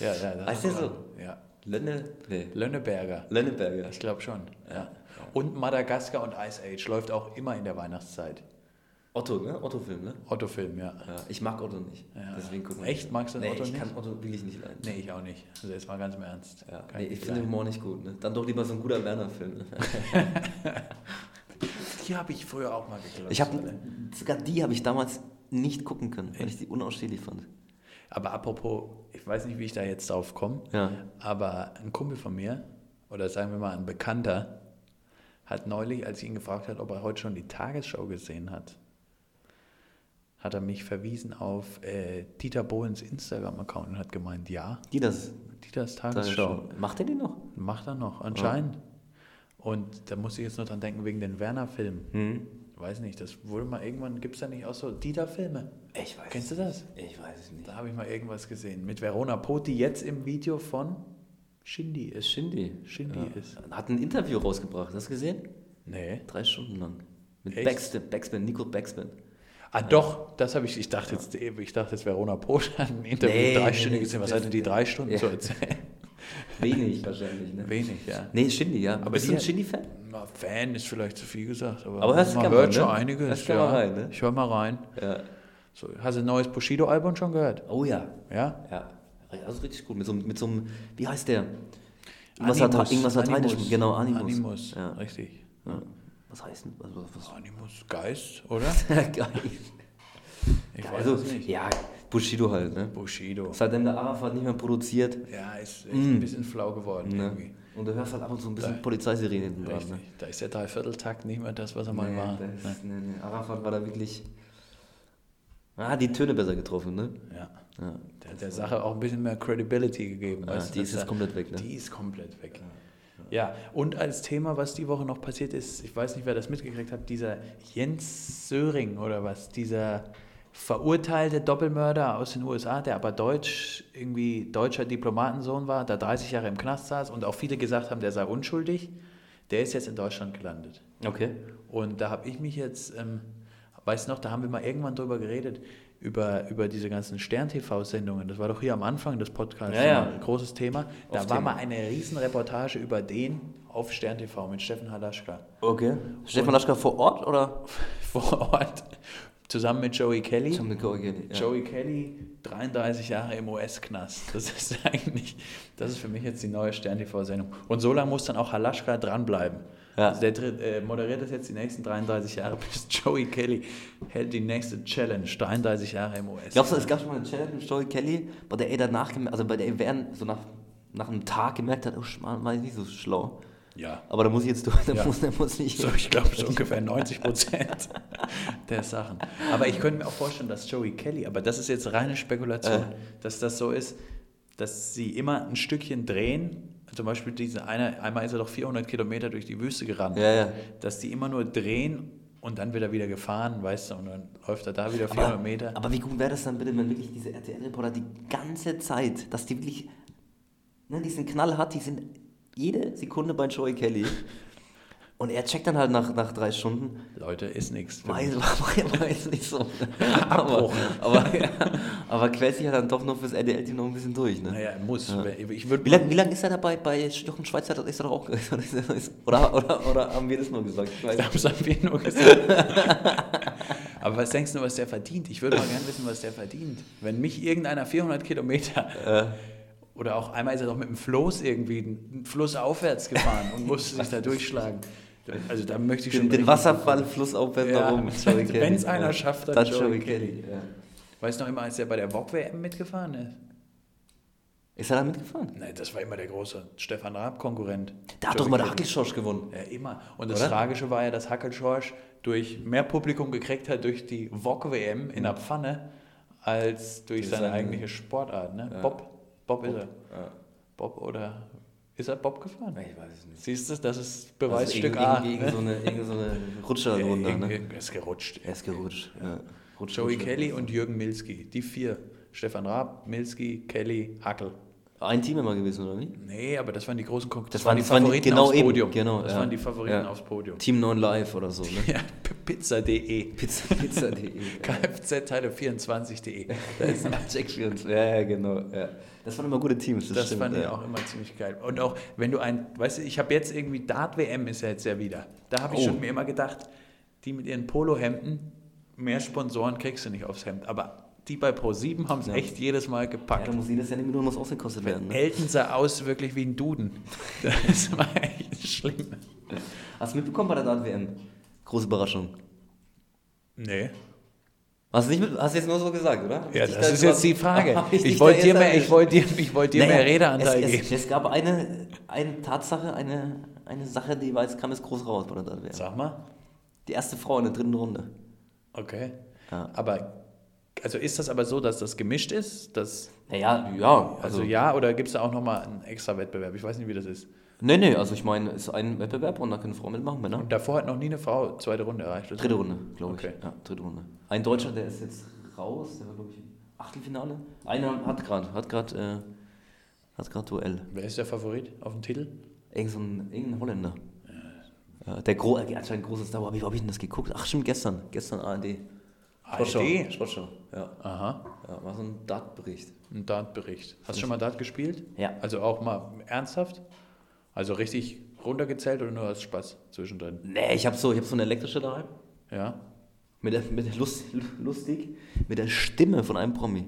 Speaker 2: Ja, ja. das
Speaker 1: Heißt
Speaker 2: ist
Speaker 1: der so?
Speaker 2: auch- Ja.
Speaker 1: Lönne, nee,
Speaker 2: Lönneberger.
Speaker 1: Lönneberger.
Speaker 2: Ich glaube schon. Ja. Und Madagaskar und Ice Age läuft auch immer in der Weihnachtszeit.
Speaker 1: Otto, ne? Otto-Film, ne?
Speaker 2: Otto-Film, ja.
Speaker 1: Ja, ich mag Otto nicht.
Speaker 2: Ja.
Speaker 1: Deswegen gucken wir-
Speaker 2: Echt? Magst du
Speaker 1: nee,
Speaker 2: Otto
Speaker 1: ich
Speaker 2: nicht?
Speaker 1: kann Otto wirklich nicht leiden.
Speaker 2: Nee, ich auch nicht. Also jetzt mal ganz im Ernst.
Speaker 1: Ja,
Speaker 2: Kann
Speaker 1: nee,
Speaker 2: ich
Speaker 1: ich
Speaker 2: nicht
Speaker 1: finde
Speaker 2: sagen.
Speaker 1: Humor nicht gut. Ne? Dann doch lieber so ein guter Werner-Film. Ne?
Speaker 2: Die habe ich früher auch mal geglaubt.
Speaker 1: Ich habe sogar die habe ich damals nicht gucken können, weil ich die unausstehlich fand.
Speaker 2: Aber apropos, ich weiß nicht, wie ich da jetzt drauf komme,
Speaker 1: Ja.
Speaker 2: aber ein Kumpel von mir, oder sagen wir mal ein Bekannter, hat neulich, als ich ihn gefragt habe, ob er heute schon die Tagesschau gesehen hat, hat er mich verwiesen auf äh, Dieter Bohlens Instagram-Account und hat gemeint, ja,
Speaker 1: Die das. das
Speaker 2: Dieters
Speaker 1: ist
Speaker 2: Tagesschau.
Speaker 1: schon- Macht er die noch?
Speaker 2: Macht er noch, anscheinend. Und da muss ich jetzt nur dran denken, wegen den Werner-Filmen. Weiß nicht, das wurde mal irgendwann, gibt es da nicht auch so Dieter-Filme?
Speaker 1: Ich weiß.
Speaker 2: Kennst du das?
Speaker 1: Ich weiß es nicht.
Speaker 2: Da habe ich mal irgendwas gesehen. Mit Verona Pot, die jetzt im Video von Shindy ist.
Speaker 1: Shindy.
Speaker 2: Shindy ist.
Speaker 1: Hat ein Interview rausgebracht, hast du gesehen?
Speaker 2: Nee.
Speaker 1: Drei Stunden lang. Mit
Speaker 2: Echt?
Speaker 1: Backspin, Backspin, Nico Backspin.
Speaker 2: Ah, doch, das habe ich. Ich dachte jetzt, ich dachte jetzt, Verona Pot hat ein Interview
Speaker 1: Nee,
Speaker 2: drei
Speaker 1: nee,
Speaker 2: Stunden
Speaker 1: nee,
Speaker 2: gesehen. Was
Speaker 1: das-
Speaker 2: hatte die drei Stunden
Speaker 1: Ja.
Speaker 2: zu erzählen?
Speaker 1: Wenig wahrscheinlich, ne?
Speaker 2: Wenig, ja.
Speaker 1: Nee, Shindy, ja.
Speaker 2: Aber
Speaker 1: Bist
Speaker 2: die
Speaker 1: du ein
Speaker 2: hat-
Speaker 1: Shindy-Fan?
Speaker 2: Na, Fan ist vielleicht zu viel gesagt, aber,
Speaker 1: Aber hörst du
Speaker 2: man
Speaker 1: gern
Speaker 2: hört
Speaker 1: mal,
Speaker 2: schon
Speaker 1: ne?
Speaker 2: einiges.
Speaker 1: Hörst gern
Speaker 2: ja.
Speaker 1: mal rein, ne?
Speaker 2: Ich höre mal rein.
Speaker 1: Ja.
Speaker 2: So, hast du ein neues Bushido-Album schon gehört?
Speaker 1: Oh ja.
Speaker 2: Ja?
Speaker 1: Ja. Also richtig gut. Mit so, einem- mit so einem, wie heißt der?
Speaker 2: Animus,
Speaker 1: Irgendwas, Lata- irgendwas Lateinisch.
Speaker 2: Animus.
Speaker 1: Genau, Animus.
Speaker 2: Animus,
Speaker 1: Ja.
Speaker 2: richtig.
Speaker 1: Ja. Was heißt denn? Was, was,
Speaker 2: Animus Geist, oder?
Speaker 1: was? Geil.
Speaker 2: Ich weiß
Speaker 1: Also,
Speaker 2: es nicht.
Speaker 1: ja, Bushido halt, ne?
Speaker 2: Bushido.
Speaker 1: Seitdem der Arafat nicht mehr produziert.
Speaker 2: Ja, ist echt ein bisschen flau geworden
Speaker 1: Mm. Ne?
Speaker 2: irgendwie.
Speaker 1: Und du hörst halt ab und zu ein bisschen Polizeisirene hinten dran.
Speaker 2: Richtig.
Speaker 1: Ne?
Speaker 2: Da ist der Dreivierteltakt nicht mehr das, was er mal
Speaker 1: Nee,
Speaker 2: war. Ne?
Speaker 1: das, nee, nee. Arafat war da wirklich. Ah, die Töne besser getroffen, ne?
Speaker 2: Ja.
Speaker 1: Ja.
Speaker 2: Der hat der Sache auch ein bisschen mehr Credibility gegeben.
Speaker 1: Ja, die
Speaker 2: dass
Speaker 1: ist jetzt
Speaker 2: da-
Speaker 1: komplett weg, ne?
Speaker 2: Die ist komplett weg. Ja, und als Thema, was die Woche noch passiert ist, ich weiß nicht, wer das mitgekriegt hat, dieser Jens Söring oder was, dieser verurteilte Doppelmörder aus den USA, der aber deutsch, irgendwie deutscher Diplomatensohn war, da 30 Jahre im Knast saß und auch viele gesagt haben, der sei unschuldig, der ist jetzt in Deutschland gelandet.
Speaker 1: Okay.
Speaker 2: Und da habe ich mich jetzt, ähm, weißt du noch, da haben wir mal irgendwann drüber geredet, über, über diese ganzen Stern-TV-Sendungen. Das war doch hier am Anfang des Podcasts
Speaker 1: Ja, ja.
Speaker 2: immer ein großes Thema. Da
Speaker 1: Oft
Speaker 2: war
Speaker 1: Thema.
Speaker 2: mal eine Riesenreportage über den auf Stern-TV mit Steffen Halaschka
Speaker 1: Okay. Stefan Laschka vor Ort oder?
Speaker 2: vor Ort, zusammen mit Joey Kelly.
Speaker 1: Tom McGowan, ja.
Speaker 2: Joey Kelly, 33 Jahre im US-Knast. Das ist eigentlich, das ist für mich jetzt die neue Stern-TV-Sendung. Und so lange muss dann auch Halaschka dranbleiben.
Speaker 1: Ja.
Speaker 2: Also der tritt, äh, moderiert das jetzt die nächsten 33 Jahre, bis Joey Kelly hält die nächste Challenge, 33 Jahre im US.
Speaker 1: Glaubst du, es gab schon mal eine Challenge mit Joey Kelly, bei der er danach, gemer- also bei der er so nach, nach einem Tag gemerkt hat, oh, Schmarrn, war ich nicht so schlau.
Speaker 2: Ja.
Speaker 1: Aber da muss ich jetzt durch, da
Speaker 2: Ja.
Speaker 1: muss, da muss ich.
Speaker 2: So, ich glaube, so ungefähr 90 Prozent der Sachen. Aber ich könnte mir auch vorstellen, dass Joey Kelly, aber das ist jetzt reine Spekulation,
Speaker 1: Äh.
Speaker 2: dass das so ist, dass sie immer ein Stückchen drehen. Zum Beispiel diese eine, einmal ist er doch 400 Kilometer durch die Wüste gerannt.
Speaker 1: Ja, ja.
Speaker 2: Dass die immer nur drehen und dann wird er wieder gefahren, weißt du, und dann läuft er da wieder 400 Meter.
Speaker 1: aber wie gut wäre das dann bitte, wenn wirklich diese RTL-Reporter die ganze Zeit, dass die wirklich ne, diesen Knall hat, die sind jede Sekunde bei Joey Kelly. Und er checkt dann halt nach, nach drei Stunden,
Speaker 2: Leute, ist nichts.
Speaker 1: weiß, weiß, weiß nicht so.
Speaker 2: Abbruch.
Speaker 1: Aber, aber, aber quält sich ja dann doch noch fürs RTL-Team noch ein bisschen durch. Ne?
Speaker 2: Naja, er muss. Ich würd,
Speaker 1: Wie lange wie lang ist er dabei? Bei Jochen Schweizer hat- ist er doch auch. Ist, er- ist, oder, oder, oder haben wir das nur gesagt? Ich weiß
Speaker 2: Da
Speaker 1: nicht.
Speaker 2: haben wir nur gesagt. Aber was denkst du, was der verdient? Ich würde mal gerne wissen, was der verdient. Wenn mich irgendeiner 400 Kilometer oder auch einmal ist er doch mit dem Floß irgendwie einen Fluss aufwärts gefahren und musste sich da durchschlagen. Also da möchte ich schon
Speaker 1: Den, den
Speaker 2: richtig-
Speaker 1: Wasserfall flussaufwärts
Speaker 2: Ja,
Speaker 1: nach oben. Joey Kelly.
Speaker 2: wenn's einer
Speaker 1: Ja.
Speaker 2: schafft, dann Joey Kelly.
Speaker 1: Ja.
Speaker 2: Weißt du noch immer, als er bei der Wok WM mitgefahren ist?
Speaker 1: Ist er da mitgefahren?
Speaker 2: Nein, das war immer der große Stefan Raab Konkurrent.
Speaker 1: Da hat doch mal Hm. der Hackelschorsch gewonnen.
Speaker 2: Ja, immer. Und das
Speaker 1: Oder?
Speaker 2: Tragische war ja, dass Hackelschorsch durch mehr Publikum gekriegt hat durch die Wok-WM in der Pfanne als durch
Speaker 1: Durch
Speaker 2: seine,
Speaker 1: seine-
Speaker 2: eigentliche Sportart. Ne?
Speaker 1: Ja.
Speaker 2: Bob. Bob ist er.
Speaker 1: Ja.
Speaker 2: Bob oder ist er Bob gefahren?
Speaker 1: Ich weiß es nicht.
Speaker 2: Siehst du, das ist
Speaker 1: Also
Speaker 2: Beweisstück
Speaker 1: irgendwie-
Speaker 2: A.
Speaker 1: Irgendwie
Speaker 2: ne?
Speaker 1: so eine, irgend so eine
Speaker 2: Ja,
Speaker 1: Rutscherrunde.
Speaker 2: irgendwie
Speaker 1: Ne?
Speaker 2: ist gerutscht.
Speaker 1: Er ist gerutscht. Ja. Rutsch,
Speaker 2: Joey
Speaker 1: Rutsch.
Speaker 2: Kelly und Jürgen Milski. Die vier. Stefan Raab, Milski, Kelly, Hackel.
Speaker 1: Ein Team immer gewesen, oder wie?
Speaker 2: Nee, aber das waren die großen Konkurrenten.
Speaker 1: Das waren- das waren die- genau
Speaker 2: aufs
Speaker 1: eben,
Speaker 2: Podium.
Speaker 1: genau,
Speaker 2: das
Speaker 1: ja.
Speaker 2: waren die Favoriten
Speaker 1: Ja.
Speaker 2: aufs Podium.
Speaker 1: Team 9 Live oder so. Ne?
Speaker 2: Ja, P- Pizza.de.
Speaker 1: Pizza, Pizza.de.
Speaker 2: Kfz-Teile24.de.
Speaker 1: Da ist ein Check für uns. Ja, ja, genau. Ja. Das waren immer gute Teams.
Speaker 2: Das
Speaker 1: stimmt,
Speaker 2: fand ich
Speaker 1: ja.
Speaker 2: auch immer ziemlich geil. Und auch, wenn du ein, weißt du, ich habe jetzt irgendwie, Dart-WM ist ja jetzt ja wieder. Da habe ich
Speaker 1: Oh.
Speaker 2: schon mir immer gedacht, die mit ihren Polohemden, mehr Sponsoren kriegst du nicht aufs Hemd. Aber die bei Pro7 haben es
Speaker 1: Ja.
Speaker 2: echt jedes Mal
Speaker 1: Ja,
Speaker 2: gepackt.
Speaker 1: da muss jedes Jahr eine Million was ausgekostet werden. Ne?
Speaker 2: Elton sah aus wirklich wie ein Duden. Das war echt schlimm.
Speaker 1: Hast du mitbekommen bei der Dart-WM? Große Überraschung.
Speaker 2: Nee.
Speaker 1: Hast du, nicht mit, hast du jetzt nur so gesagt, oder? Hab
Speaker 2: Ja,
Speaker 1: dich
Speaker 2: das
Speaker 1: da jetzt
Speaker 2: ist jetzt die Frage.
Speaker 1: hab dich
Speaker 2: Ich
Speaker 1: da
Speaker 2: wollte
Speaker 1: jetzt
Speaker 2: dir mehr,
Speaker 1: erwischt?
Speaker 2: ich wollte dir, ich wollte dir mehr
Speaker 1: Naja,
Speaker 2: Redeanteil
Speaker 1: es, es,
Speaker 2: geben.
Speaker 1: es gab eine, eine Tatsache, eine, eine Sache, die war, jetzt kam jetzt groß raus bei der Dart-WM.
Speaker 2: Sag mal.
Speaker 1: Die erste Frau in der dritten Runde.
Speaker 2: Okay.
Speaker 1: Ja.
Speaker 2: Aber, also ist das aber so, dass das gemischt ist? Dass,
Speaker 1: Naja, ja.
Speaker 2: also ja, oder gibt es da auch nochmal einen extra Wettbewerb? Ich weiß nicht, wie das ist.
Speaker 1: Nee, nee, also ich meine, es ist ein Wettbewerb und da können Frauen mitmachen, Männer.
Speaker 2: Und davor hat noch nie eine Frau zweite Runde erreicht. oder?
Speaker 1: Dritte Runde, glaube
Speaker 2: Okay.
Speaker 1: ich. Ja, dritte Runde. Ein Deutscher, der ist jetzt raus, der war, glaube ich, im Achtelfinale. Einer hat gerade, hat gerade, äh, hat gerade Duell.
Speaker 2: Wer ist der Favorit auf dem Titel?
Speaker 1: Irgend so ein, irgendein Holländer. Ja, der Gro äh, anscheinend großes Dauer. Hab ich, wo hab ich denn das geguckt? Ach, stimmt, gestern. Gestern ARD.
Speaker 2: ARD?
Speaker 1: Sportschau, ja.
Speaker 2: Aha.
Speaker 1: ja. War so ein Dartbericht.
Speaker 2: Ein Dart-Bericht. Hast du schon mal Dart gespielt?
Speaker 1: Ja.
Speaker 2: Also auch mal ernsthaft? Also richtig runtergezählt oder nur aus Spaß zwischendrin?
Speaker 1: Nee, ich habe so, ich hab so eine elektrische daheim.
Speaker 2: Ja.
Speaker 1: Mit der, mit der Lust, lustig, mit der Stimme von einem Promi.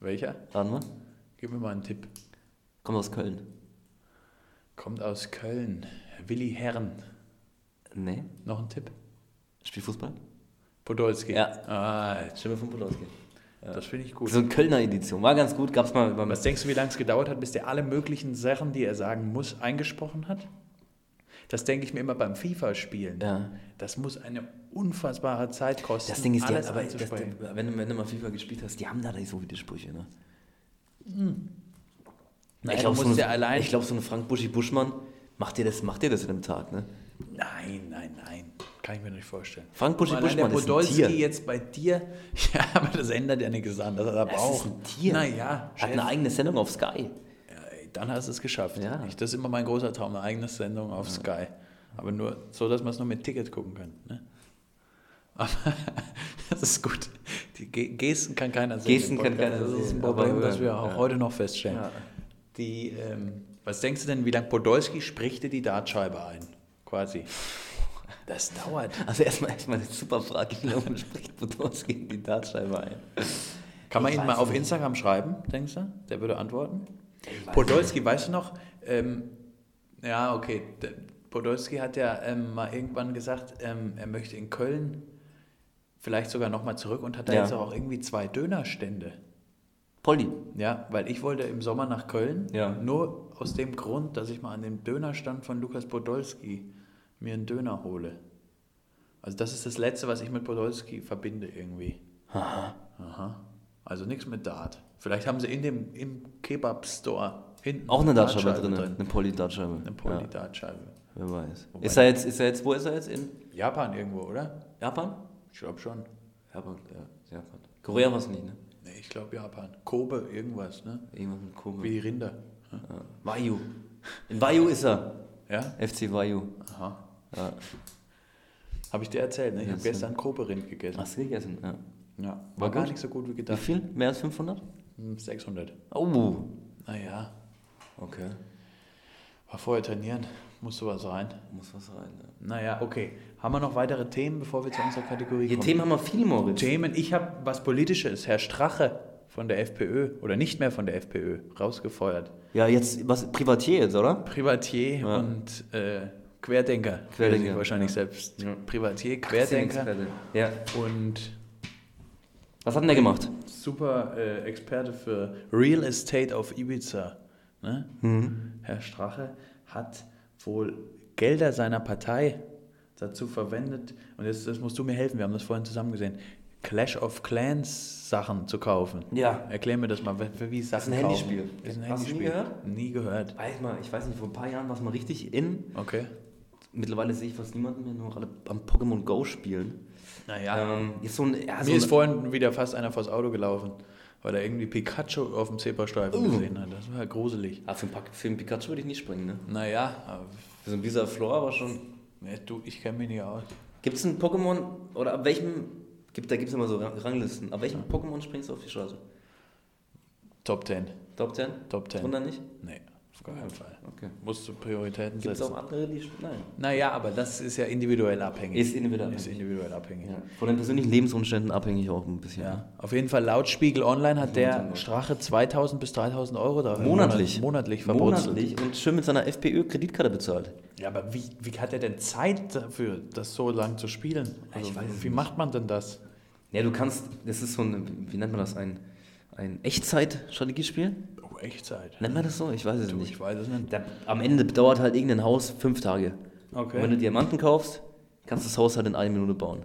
Speaker 2: Welcher?
Speaker 1: Raten wir?
Speaker 2: Gib mir mal einen Tipp.
Speaker 1: Kommt aus Köln.
Speaker 2: Kommt aus Köln. Willi Herren.
Speaker 1: Nee.
Speaker 2: Noch ein Tipp?
Speaker 1: Spielt Fußball?
Speaker 2: Podolski.
Speaker 1: Ja.
Speaker 2: Ah,
Speaker 1: Stimme von Podolski.
Speaker 2: das finde ich gut.
Speaker 1: So eine Kölner Edition. War ganz gut, gab's mal beim
Speaker 2: Was denkst du, wie lange es gedauert hat, bis der alle möglichen Sachen, die er sagen muss, eingesprochen hat? Das denke ich mir immer beim FIFA-Spielen.
Speaker 1: Ja.
Speaker 2: Das muss eine unfassbare Zeit kosten.
Speaker 1: Das Ding ist, die
Speaker 2: alles
Speaker 1: haben, aber das,
Speaker 2: einzusprechen.
Speaker 1: wenn, du- wenn du mal FIFA gespielt hast, die haben da nicht so viele Sprüche, ne?
Speaker 2: Nein,
Speaker 1: ich glaube,
Speaker 2: du
Speaker 1: so,
Speaker 2: musst
Speaker 1: eine-
Speaker 2: ja allein-
Speaker 1: ich glaub, so eine Frank Buschi Buschmann macht dir das, macht dir das in einem Tag, ne?
Speaker 2: Nein, nein, nein. Kann ich mir nicht vorstellen.
Speaker 1: Frank Buschi
Speaker 2: Allein
Speaker 1: Buschmann
Speaker 2: der
Speaker 1: ist ein
Speaker 2: Podolski
Speaker 1: Tier.
Speaker 2: jetzt bei dir. Ja, aber das ändert ja nichts an. Das hat er aber auch. Naja,
Speaker 1: Hat eine eigene Sendung auf Sky.
Speaker 2: Ey, Dann hast du es geschafft.
Speaker 1: Ja.
Speaker 2: Ich, das ist immer mein großer Traum, eine eigene Sendung auf Sky. Aber nur so, dass man es nur mit Ticket gucken kann. Ne? Aber das ist gut. Die Ge Gesten kann keiner sehen.
Speaker 1: Gesten
Speaker 2: im
Speaker 1: kann
Speaker 2: Podcast.
Speaker 1: keiner
Speaker 2: Das ist ein
Speaker 1: sehen,
Speaker 2: Problem,
Speaker 1: aber
Speaker 2: das wir
Speaker 1: hören.
Speaker 2: auch
Speaker 1: Ja.
Speaker 2: heute noch feststellen.
Speaker 1: Ja.
Speaker 2: Die, ähm, was denkst du denn, wie lange Podolski spricht dir die Dartscheibe ein? Quasi. Das dauert.
Speaker 1: Also erstmal erstmal eine super Frage, wie lange spricht Podolski in die Dartscheibe ein?
Speaker 2: Kann man
Speaker 1: Ich
Speaker 2: ihn mal
Speaker 1: weiß
Speaker 2: auf
Speaker 1: nicht.
Speaker 2: Instagram schreiben, denkst du? Der würde antworten.
Speaker 1: weiß
Speaker 2: Podolski, weißt du noch? Ähm, ja, okay. der- Podolski hat ja ähm, mal irgendwann gesagt, ähm, er möchte in Köln vielleicht sogar nochmal zurück und hat da
Speaker 1: Ja.
Speaker 2: jetzt auch irgendwie zwei Dönerstände.
Speaker 1: Polly.
Speaker 2: Ja, weil ich wollte im Sommer nach Köln,
Speaker 1: Ja.
Speaker 2: nur aus dem Grund, dass ich mal an dem Dönerstand von Lukas Podolski mir einen Döner hole. Also das ist das Letzte, was ich mit Podolski verbinde irgendwie. Aha. Aha. Also nichts mit Dart. Vielleicht haben sie in dem im Kebab-Store hinten
Speaker 1: Auch eine Dartscheibe
Speaker 2: Dartscheibe
Speaker 1: drin. Eine Polly-Dartscheibe.
Speaker 2: Eine
Speaker 1: Ja,
Speaker 2: Poly-Dartscheibe.
Speaker 1: wer weiß.
Speaker 2: Wobei-
Speaker 1: Ist er, jetzt, ist er jetzt, wo ist er jetzt? In
Speaker 2: Japan irgendwo, oder?
Speaker 1: Japan?
Speaker 2: Ich glaube schon.
Speaker 1: Japan, ja. Japan. Korea war es nicht, ne?
Speaker 2: Nee, ich glaube Japan. Kobe, irgendwas, ne?
Speaker 1: Irgendwas mit Kobe.
Speaker 2: Wie die Rinder.
Speaker 1: Ja. Vayu. In Vayu ist er.
Speaker 2: Ja?
Speaker 1: FC Vayu.
Speaker 2: Aha.
Speaker 1: Ja.
Speaker 2: Habe ich dir erzählt, ne? Ich habe
Speaker 1: Hast du-
Speaker 2: gestern Kobe-Rind gegessen.
Speaker 1: Hast du gegessen? Ja.
Speaker 2: Ja, war,
Speaker 1: War
Speaker 2: gar
Speaker 1: gut?
Speaker 2: nicht so gut wie
Speaker 1: Wie
Speaker 2: gedacht.
Speaker 1: viel? Mehr als 500?
Speaker 2: Hm, 600.
Speaker 1: Oh.
Speaker 2: Naja,
Speaker 1: Okay.
Speaker 2: war vorher trainieren, musste was rein.
Speaker 1: Muss was rein. ne? Ja.
Speaker 2: Naja, okay. Haben wir noch weitere Themen, bevor wir zu unserer Kategorie
Speaker 1: Die
Speaker 2: kommen?
Speaker 1: Themen haben wir viel, Moritz.
Speaker 2: Themen. Ich habe was Politisches. Herr Strache von der FPÖ oder nicht mehr von der FPÖ rausgefeuert.
Speaker 1: Ja, jetzt was Privatier jetzt, oder?
Speaker 2: Privatier und äh,
Speaker 1: Querdenker,
Speaker 2: Querdenker. Will sich wahrscheinlich selbst. Privatier, Querdenker
Speaker 1: Ja.
Speaker 2: und
Speaker 1: Was hat denn der gemacht?
Speaker 2: super äh, Experte für Real Estate auf Ibiza. Ne?
Speaker 1: Mhm.
Speaker 2: Herr Strache hat wohl Gelder seiner Partei dazu verwendet, und jetzt das musst du mir helfen, wir haben das vorhin zusammen gesehen, Clash of Clans Sachen zu kaufen.
Speaker 1: Ja.
Speaker 2: Erklär mir das mal, wie, wie Sachen
Speaker 1: ein
Speaker 2: kaufen.
Speaker 1: Handyspiel.
Speaker 2: Ist ein
Speaker 1: Hast du nie
Speaker 2: Handyspiel.
Speaker 1: gehört?
Speaker 2: Nie gehört.
Speaker 1: Weiß mal, ich weiß nicht, vor ein paar Jahren war es mal richtig in.
Speaker 2: Okay.
Speaker 1: Mittlerweile sehe ich fast niemanden mehr, nur noch alle am Pokémon Go spielen.
Speaker 2: Naja.
Speaker 1: Ähm, jetzt so ein, ja, so
Speaker 2: Mir ist
Speaker 1: ein-
Speaker 2: vorhin wieder fast einer vors Auto gelaufen, weil er irgendwie Pikachu auf dem Zebrastreifen
Speaker 1: Uh.
Speaker 2: gesehen hat. Das war ja gruselig.
Speaker 1: ah, für, ein Pak- für einen Pikachu würde ich nicht springen, ne?
Speaker 2: Naja, aber
Speaker 1: Für so ein Visa Floor aber schon.
Speaker 2: Nee, du, äh, ich kenne mich nicht aus.
Speaker 1: Gibt es ein Pokémon oder ab welchem, gibt, da gibt es immer so Ra- Ranglisten, ab welchem Pokémon springst du auf die Straße?
Speaker 2: Top 10.
Speaker 1: Top 10?
Speaker 2: Top 10.
Speaker 1: Drunter nicht?
Speaker 2: Nee, auf gar keinen Fall.
Speaker 1: Okay.
Speaker 2: Musst du Prioritäten
Speaker 1: Gibt es auch
Speaker 2: setzen.
Speaker 1: andere, die... sch- Nein.
Speaker 2: Naja, aber das ist ja individuell abhängig.
Speaker 1: Ist individuell
Speaker 2: Ist
Speaker 1: abhängig.
Speaker 2: individuell abhängig.
Speaker 1: Ja. Von den persönlichen Lebensumständen abhängig auch ein bisschen. ne?
Speaker 2: Ja, auf jeden Fall laut Spiegel Online hat der Strache 2000 bis 3000 Euro da
Speaker 1: Monatlich.
Speaker 2: monatlich verburzelt.
Speaker 1: Monatlich und schön mit seiner FPÖ-Kreditkarte bezahlt.
Speaker 2: Ja, aber wie, wie hat er denn Zeit dafür, das so lang zu spielen? Also,
Speaker 1: Ich weiß es
Speaker 2: wie macht man denn das?
Speaker 1: Ja, du kannst, das ist so ein, wie nennt man das, ein, ein Echtzeit-Strategiespiel?
Speaker 2: Oh, Echtzeit.
Speaker 1: Nennt man das so? Ich weiß es
Speaker 2: Du,
Speaker 1: nicht.
Speaker 2: ich weiß es nicht.
Speaker 1: Da, am Ende dauert halt irgendein Haus fünf Tage. Und wenn du
Speaker 2: Okay.
Speaker 1: Diamanten kaufst, kannst du das Haus halt in einer Minute bauen.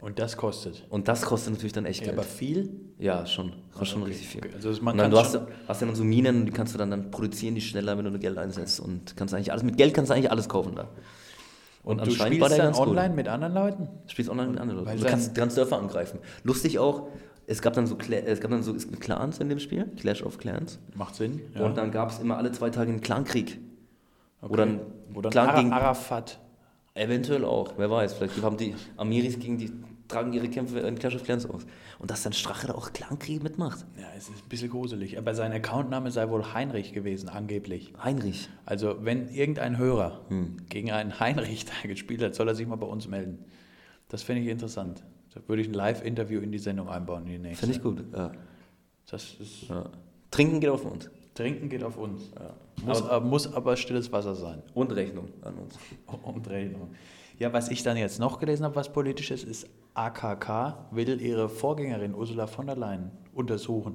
Speaker 2: Und das kostet.
Speaker 1: Und das kostet natürlich dann echt
Speaker 2: Ja, aber
Speaker 1: Geld.
Speaker 2: viel?
Speaker 1: Ja, schon. Kostet schon richtig viel.
Speaker 2: Okay. Also, man
Speaker 1: Und
Speaker 2: kann
Speaker 1: dann, du hast,
Speaker 2: schon,
Speaker 1: hast ja dann so Minen, die kannst du dann, dann produzieren, die schneller, wenn du Geld einsetzt. Und kannst eigentlich alles, mit Geld kannst du eigentlich alles kaufen da.
Speaker 2: und du
Speaker 1: anscheinend
Speaker 2: spielst
Speaker 1: war der
Speaker 2: dann
Speaker 1: ganz gut.
Speaker 2: online mit anderen Leuten?
Speaker 1: Spielst online mit anderen
Speaker 2: Weil
Speaker 1: Leuten. Du
Speaker 2: dann-
Speaker 1: kannst ganz Dörfer angreifen. Lustig auch, es gab dann so, Cla- es gab dann so es gibt Clans in dem Spiel, Clash of Clans.
Speaker 2: Macht Sinn.
Speaker 1: Und dann gab es immer alle zwei Tage einen Clankrieg. Oder ein
Speaker 2: Oder
Speaker 1: Clan
Speaker 2: Ara
Speaker 1: gegen.
Speaker 2: Arafat.
Speaker 1: Eventuell auch, wer weiß. Vielleicht haben die Amiris gegen die, tragen ihre Kämpfe in Clash of Clans aus. Und dass dann Strache da auch Clankriege mitmacht.
Speaker 2: Ja, es ist ein bisschen gruselig. Aber sein Accountname sei wohl Heinrich gewesen, angeblich.
Speaker 1: Heinrich.
Speaker 2: Also, wenn irgendein Hörer gegen einen Heinrich da gespielt hat, soll er sich mal bei uns melden. Das finde ich interessant. Da würde ich ein Live-Interview in die Sendung einbauen, in die nächste.
Speaker 1: Finde ich gut. Ja.
Speaker 2: Das ist,
Speaker 1: Ja. Trinken geht auf uns.
Speaker 2: Trinken geht auf uns. Muss, aber, muss aber stilles Wasser sein.
Speaker 1: Und Rechnung an uns.
Speaker 2: Umdrehen. Ja, was ich dann jetzt noch gelesen habe, was politisches ist, AKK will ihre Vorgängerin Ursula von der Leyen untersuchen.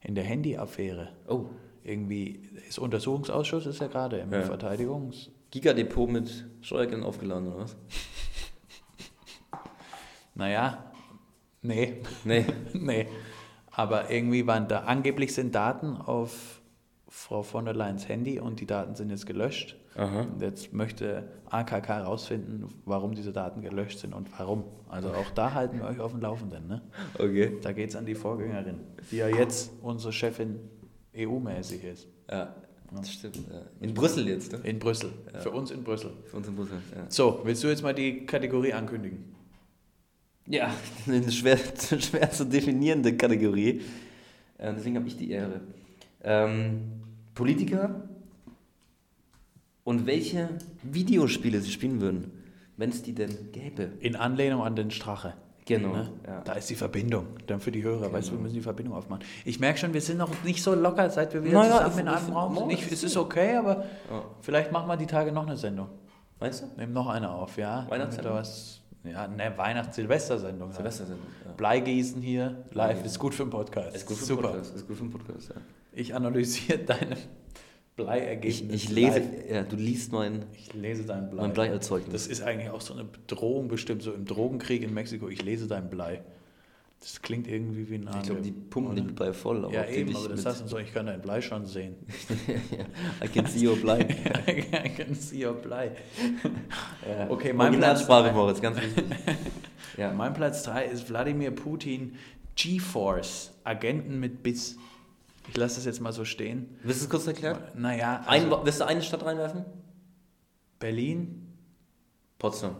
Speaker 2: In der Handy-Affäre.
Speaker 1: Oh,
Speaker 2: Irgendwie, ist Untersuchungsausschuss ist ja gerade im
Speaker 1: Ja.
Speaker 2: Verteidigungs...
Speaker 1: Gigadepot mit Steuergeldern aufgeladen oder was?
Speaker 2: Naja, nee,
Speaker 1: Nee.
Speaker 2: nee. Aber irgendwie waren da, angeblich sind Daten auf Frau von der Leyen's Handy und die Daten sind jetzt gelöscht.
Speaker 1: Aha.
Speaker 2: Und jetzt möchte AKK herausfinden, warum diese Daten gelöscht sind und warum. Also auch da halten wir euch auf dem Laufenden. Ne?
Speaker 1: Okay.
Speaker 2: Da geht es an die Vorgängerin, die ja jetzt unsere Chefin EU-mäßig ist.
Speaker 1: Ja, das stimmt. Ja. In Brüssel jetzt, ne?
Speaker 2: In Brüssel. Für uns in Brüssel.
Speaker 1: Für uns in Brüssel. Ja.
Speaker 2: So, willst du jetzt mal die Kategorie ankündigen?
Speaker 1: Ja, eine schwer, schwer zu definierende Kategorie. Äh, deswegen habe ich die Ehre. Ähm, Politiker und welche Videospiele sie spielen würden, wenn es die denn gäbe.
Speaker 2: In Anlehnung an den Strache.
Speaker 1: Genau.
Speaker 2: Ne?
Speaker 1: Ja. Genau.
Speaker 2: Da ist die Verbindung. Dann für die Hörer, weißt du, wir müssen die Verbindung aufmachen. Ich merke schon, wir sind noch nicht so locker, seit wir wieder
Speaker 1: Naja,
Speaker 2: zusammen
Speaker 1: ich-
Speaker 2: in einem
Speaker 1: ich-
Speaker 2: Raum sind.
Speaker 1: morgen
Speaker 2: Nicht,
Speaker 1: ist
Speaker 2: es ist okay, aber
Speaker 1: Ja.
Speaker 2: vielleicht machen wir die Tage noch eine Sendung.
Speaker 1: Meinst du?
Speaker 2: Nehmen noch eine auf, ja.
Speaker 1: Weihnachtssendung?
Speaker 2: Damit da was- Ja, ne, Weihnachts-Silvester-Sendung. ja.
Speaker 1: Silvester sind. Ja.
Speaker 2: Bleigießen hier, live, ist gut für den Podcast.
Speaker 1: Ist gut für
Speaker 2: Super.
Speaker 1: den Podcast. Ist gut für den Podcast ja.
Speaker 2: Ich analysiere deine
Speaker 1: ich,
Speaker 2: Bleiergebnisse.
Speaker 1: ich lese,
Speaker 2: live.
Speaker 1: ja, du liest mein.
Speaker 2: Ich lese dein Blei.
Speaker 1: Mein Blei als Zeugnis.
Speaker 2: Das ist eigentlich auch so eine Bedrohung bestimmt, so im Drogenkrieg in Mexiko. Ich lese dein Blei. Das klingt irgendwie wie ein
Speaker 1: Ich glaube, die pumpen den bei voll. aber
Speaker 2: Ja,
Speaker 1: ob die
Speaker 2: eben,
Speaker 1: dich
Speaker 2: aber das
Speaker 1: mit-
Speaker 2: hast du so, ich kann dein Blei schon sehen.
Speaker 1: ja, I can see your blind.
Speaker 2: I can see your Blei. Okay, mein
Speaker 1: Originalsprache,
Speaker 2: Platz drei.
Speaker 1: Moritz, ganz wichtig. ja.
Speaker 2: Mein Platz 3 ist Wladimir Putin, GeForce, Agenten mit Biss. Ich lasse das jetzt mal so stehen.
Speaker 1: Willst du es kurz erklären?
Speaker 2: Naja,
Speaker 1: Ein,
Speaker 2: also
Speaker 1: willst du eine Stadt reinwerfen?
Speaker 2: Berlin,
Speaker 1: Potsdam.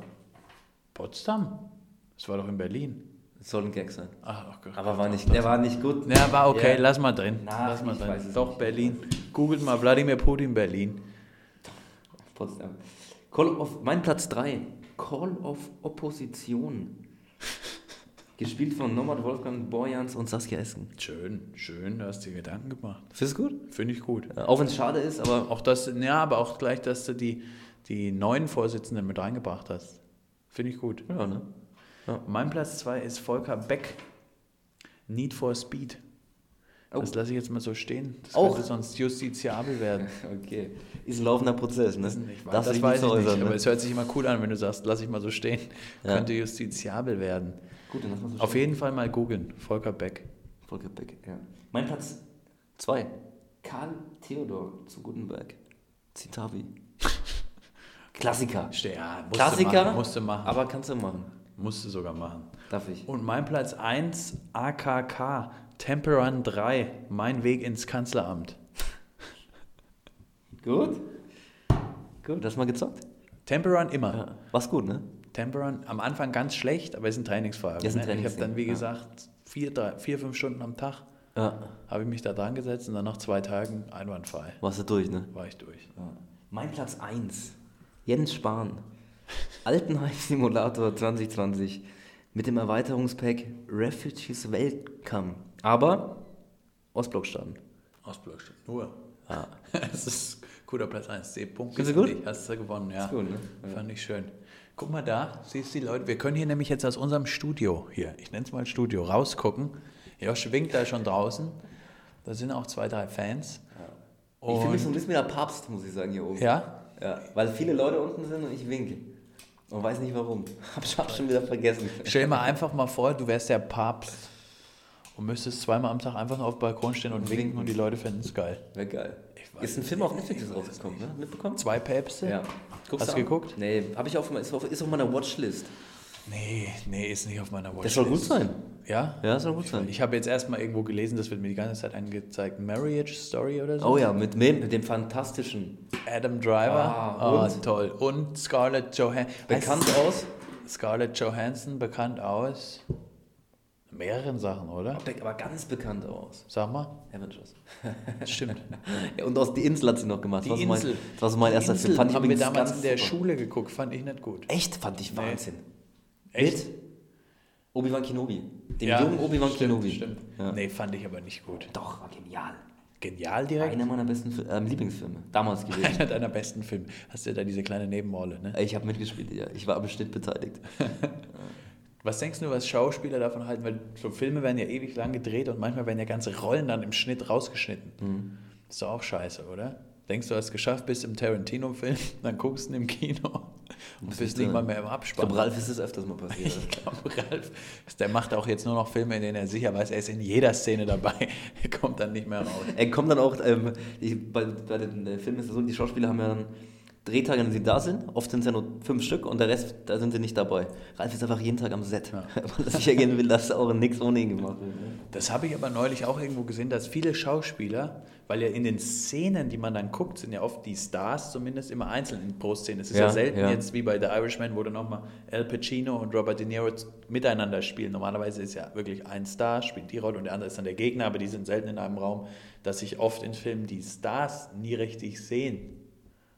Speaker 2: Potsdam. Das war doch in Berlin.
Speaker 1: Das soll ein Gag sein.
Speaker 2: Ach, okay.
Speaker 1: Aber war nicht, der war nicht gut. ne?
Speaker 2: Ja, war okay,
Speaker 1: Ja.
Speaker 2: lass mal drin.
Speaker 1: Na,
Speaker 2: lass mal
Speaker 1: ich weiß
Speaker 2: drin.
Speaker 1: es
Speaker 2: Doch,
Speaker 1: nicht.
Speaker 2: Berlin. Googelt mal Wladimir Putin Berlin.
Speaker 1: Potsdam. Call of, mein Platz 3. Call of Opposition. Gespielt von Nomad Wolfgang Borjans und Saskia Esken.
Speaker 2: Schön, schön, du hast dir Gedanken gemacht.
Speaker 1: Findest du gut?
Speaker 2: Finde ich gut.
Speaker 1: Auch wenn es schade ist, aber
Speaker 2: Auch das, ja, aber auch gleich, dass du die, die neuen Vorsitzenden mit reingebracht hast. Finde ich gut.
Speaker 1: ja, ne?
Speaker 2: Mein Platz 2 ist Volker Beck. Need for Speed.
Speaker 1: Oh.
Speaker 2: Das lasse ich jetzt mal so stehen. Das
Speaker 1: Auch.
Speaker 2: könnte sonst justiziabel werden.
Speaker 1: Okay. Ist ein laufender Prozess, ne?
Speaker 2: Ich weiß,
Speaker 1: Darfst du
Speaker 2: das
Speaker 1: dich
Speaker 2: weiß
Speaker 1: zu
Speaker 2: ich nicht,
Speaker 1: äußern,
Speaker 2: aber
Speaker 1: ne?
Speaker 2: es hört sich immer cool an, wenn du sagst, lass ich mal so stehen.
Speaker 1: Ja.
Speaker 2: Könnte justiziabel werden.
Speaker 1: Gut, dann lass mal so
Speaker 2: Auf
Speaker 1: stehen.
Speaker 2: jeden Fall mal googeln, Volker Beck.
Speaker 1: Volker Beck, ja. Mein Platz 2. Karl Theodor zu Gutenberg. Citavi. Klassiker.
Speaker 2: Ste- Ja, musste
Speaker 1: Klassiker,
Speaker 2: Machen, musste machen.
Speaker 1: aber kannst du machen.
Speaker 2: musste sogar machen.
Speaker 1: Darf ich.
Speaker 2: Und mein Platz 1, AKK, Temperan 3, mein Weg ins Kanzleramt.
Speaker 1: Gut. Gut, hast du mal gezockt?
Speaker 2: Temperan immer.
Speaker 1: Ja. War's gut, ne?
Speaker 2: Temperan am Anfang ganz schlecht, aber es ist ein Trainingsfeuerwehr.
Speaker 1: Ja, es ist ein
Speaker 2: ne? Ich habe
Speaker 1: Trainingsding,
Speaker 2: dann, wie
Speaker 1: ja.
Speaker 2: gesagt, vier, drei, vier, fünf Stunden am Tag
Speaker 1: Ja.
Speaker 2: habe ich mich da dran gesetzt und dann nach zwei Tagen einwandfrei
Speaker 1: Warst du durch, ne?
Speaker 2: war ich durch.
Speaker 1: Mein Platz 1. Jens Spahn. Altenheim Simulator 2020 mit dem Erweiterungspack Refugees Welcome. Aber Ostblockstaaten.
Speaker 2: Ausblockstadt. Nur.
Speaker 1: Ah.
Speaker 2: Es ist guter Platz 1. C-Punkt.
Speaker 1: Findest du
Speaker 2: für dich. Hast du gewonnen, ja.
Speaker 1: Ist gut, ne?
Speaker 2: Fand ich schön. Guck mal da, siehst du die Leute. Wir können hier nämlich jetzt aus unserem Studio hier, ich nenne es mal Studio, rausgucken. Josh winkt da schon draußen. Da sind auch zwei, drei Fans.
Speaker 1: ich fühle
Speaker 2: Und-
Speaker 1: mich so ein bisschen wie der Papst, muss ich sagen, hier oben.
Speaker 2: Ja?
Speaker 1: Ja, weil viele Leute unten sind und ich winke. Und weiß nicht warum. Hab ich hab schon wieder vergessen.
Speaker 2: Stell dir mal einfach mal vor, du wärst der Papst und müsstest zweimal am Tag einfach nur auf dem Balkon stehen und winken und die Leute fänden es geil.
Speaker 1: Wäre geil.
Speaker 2: Ich weiß
Speaker 1: Ist ein Film auf Netflix ist rausgekommen, ne? Mitbekommen?
Speaker 2: Zwei Päpste?
Speaker 1: Ja.
Speaker 2: Hast
Speaker 1: an?
Speaker 2: du geguckt?
Speaker 1: Nee, hab ich auf, ist auf, ist auf meiner Watchlist.
Speaker 2: Nee, nee, ist nicht auf meiner Watchlist.
Speaker 1: soll gut sein.
Speaker 2: Ja?
Speaker 1: Ja, soll gut sein.
Speaker 2: Ich habe jetzt erstmal irgendwo gelesen, das wird mir die ganze Zeit angezeigt. Marriage Story oder so.
Speaker 1: Oh ja, mit, wem? mit dem fantastischen.
Speaker 2: Adam Driver.
Speaker 1: Ah,
Speaker 2: Ah,
Speaker 1: und?
Speaker 2: toll. Und Scarlett Johansson.
Speaker 1: Bekannt aus.
Speaker 2: Scarlett Johansson, bekannt aus mehreren Sachen, oder?
Speaker 1: Aber ganz bekannt aus.
Speaker 2: Sag mal.
Speaker 1: Avengers.
Speaker 2: Stimmt.
Speaker 1: Ja, und aus Die Insel hat sie noch gemacht.
Speaker 2: Die
Speaker 1: das, war so
Speaker 2: Insel.
Speaker 1: Mein, das war so mein
Speaker 2: Die
Speaker 1: erster
Speaker 2: Insel
Speaker 1: Film. Fand ich
Speaker 2: haben wir
Speaker 1: übrigens
Speaker 2: damals
Speaker 1: ganz
Speaker 2: in der
Speaker 1: super.
Speaker 2: Schule geguckt, fand ich nicht gut.
Speaker 1: Echt? Fand ich Wahnsinn.
Speaker 2: Echt?
Speaker 1: Mit Obi-Wan Kenobi. Dem
Speaker 2: Ja,
Speaker 1: jungen Obi-Wan
Speaker 2: stimmt,
Speaker 1: Kenobi.
Speaker 2: Stimmt.
Speaker 1: Ja.
Speaker 2: Nee, fand ich aber nicht gut.
Speaker 1: Doch, war genial.
Speaker 2: Genial direkt.
Speaker 1: Einer meiner besten Fil- ähm, Lieblingsfilme. Damals gewesen.
Speaker 2: Einer deiner besten Filme. Hast du da diese kleine Nebenrolle, ne?
Speaker 1: ich habe mitgespielt, ja. Ich war am Schnitt beteiligt.
Speaker 2: Was denkst du, was Schauspieler davon halten? Weil so Filme werden ja ewig lang gedreht und manchmal werden ja ganze Rollen dann im Schnitt rausgeschnitten.
Speaker 1: Mhm.
Speaker 2: Ist doch auch scheiße, oder? Denkst du, hast es geschafft, bist im Tarantino-Film, dann guckst du ihn im Kino und bist nicht
Speaker 1: drin.
Speaker 2: mal mehr im
Speaker 1: Ich glaube,
Speaker 2: Abspann.
Speaker 1: Ralf ist das öfters mal passiert.
Speaker 2: Ich glaube, Ralf, der macht auch jetzt nur noch Filme, in denen er sicher weiß, er ist in jeder Szene dabei. Er kommt dann nicht mehr raus.
Speaker 1: Er kommt dann auch, ähm, ich, bei, bei den äh, Filmen ist es so, die Schauspieler haben ja dann Drehtage, an denen sie da sind. Oft sind es ja nur fünf Stück und der Rest, da sind sie nicht dabei. Ralf ist einfach jeden Tag am Set,
Speaker 2: Ja.
Speaker 1: weil er sicher gehen will, dass auch nichts ohne ihn gemacht wird. ne?
Speaker 2: Das habe ich aber neulich auch irgendwo gesehen, dass viele Schauspieler, weil ja in den Szenen, die man dann guckt, sind ja oft die Stars zumindest immer einzeln in pro Szene. Es ist ja,
Speaker 1: Ja,
Speaker 2: selten
Speaker 1: ja.
Speaker 2: jetzt wie bei The Irishman, wo dann nochmal Al Pacino und Robert De Niro z- miteinander spielen. Normalerweise ist ja wirklich ein Star, spielt die Rolle und der andere ist dann der Gegner, aber die sind selten in einem Raum, dass sich oft in Filmen die Stars nie richtig sehen.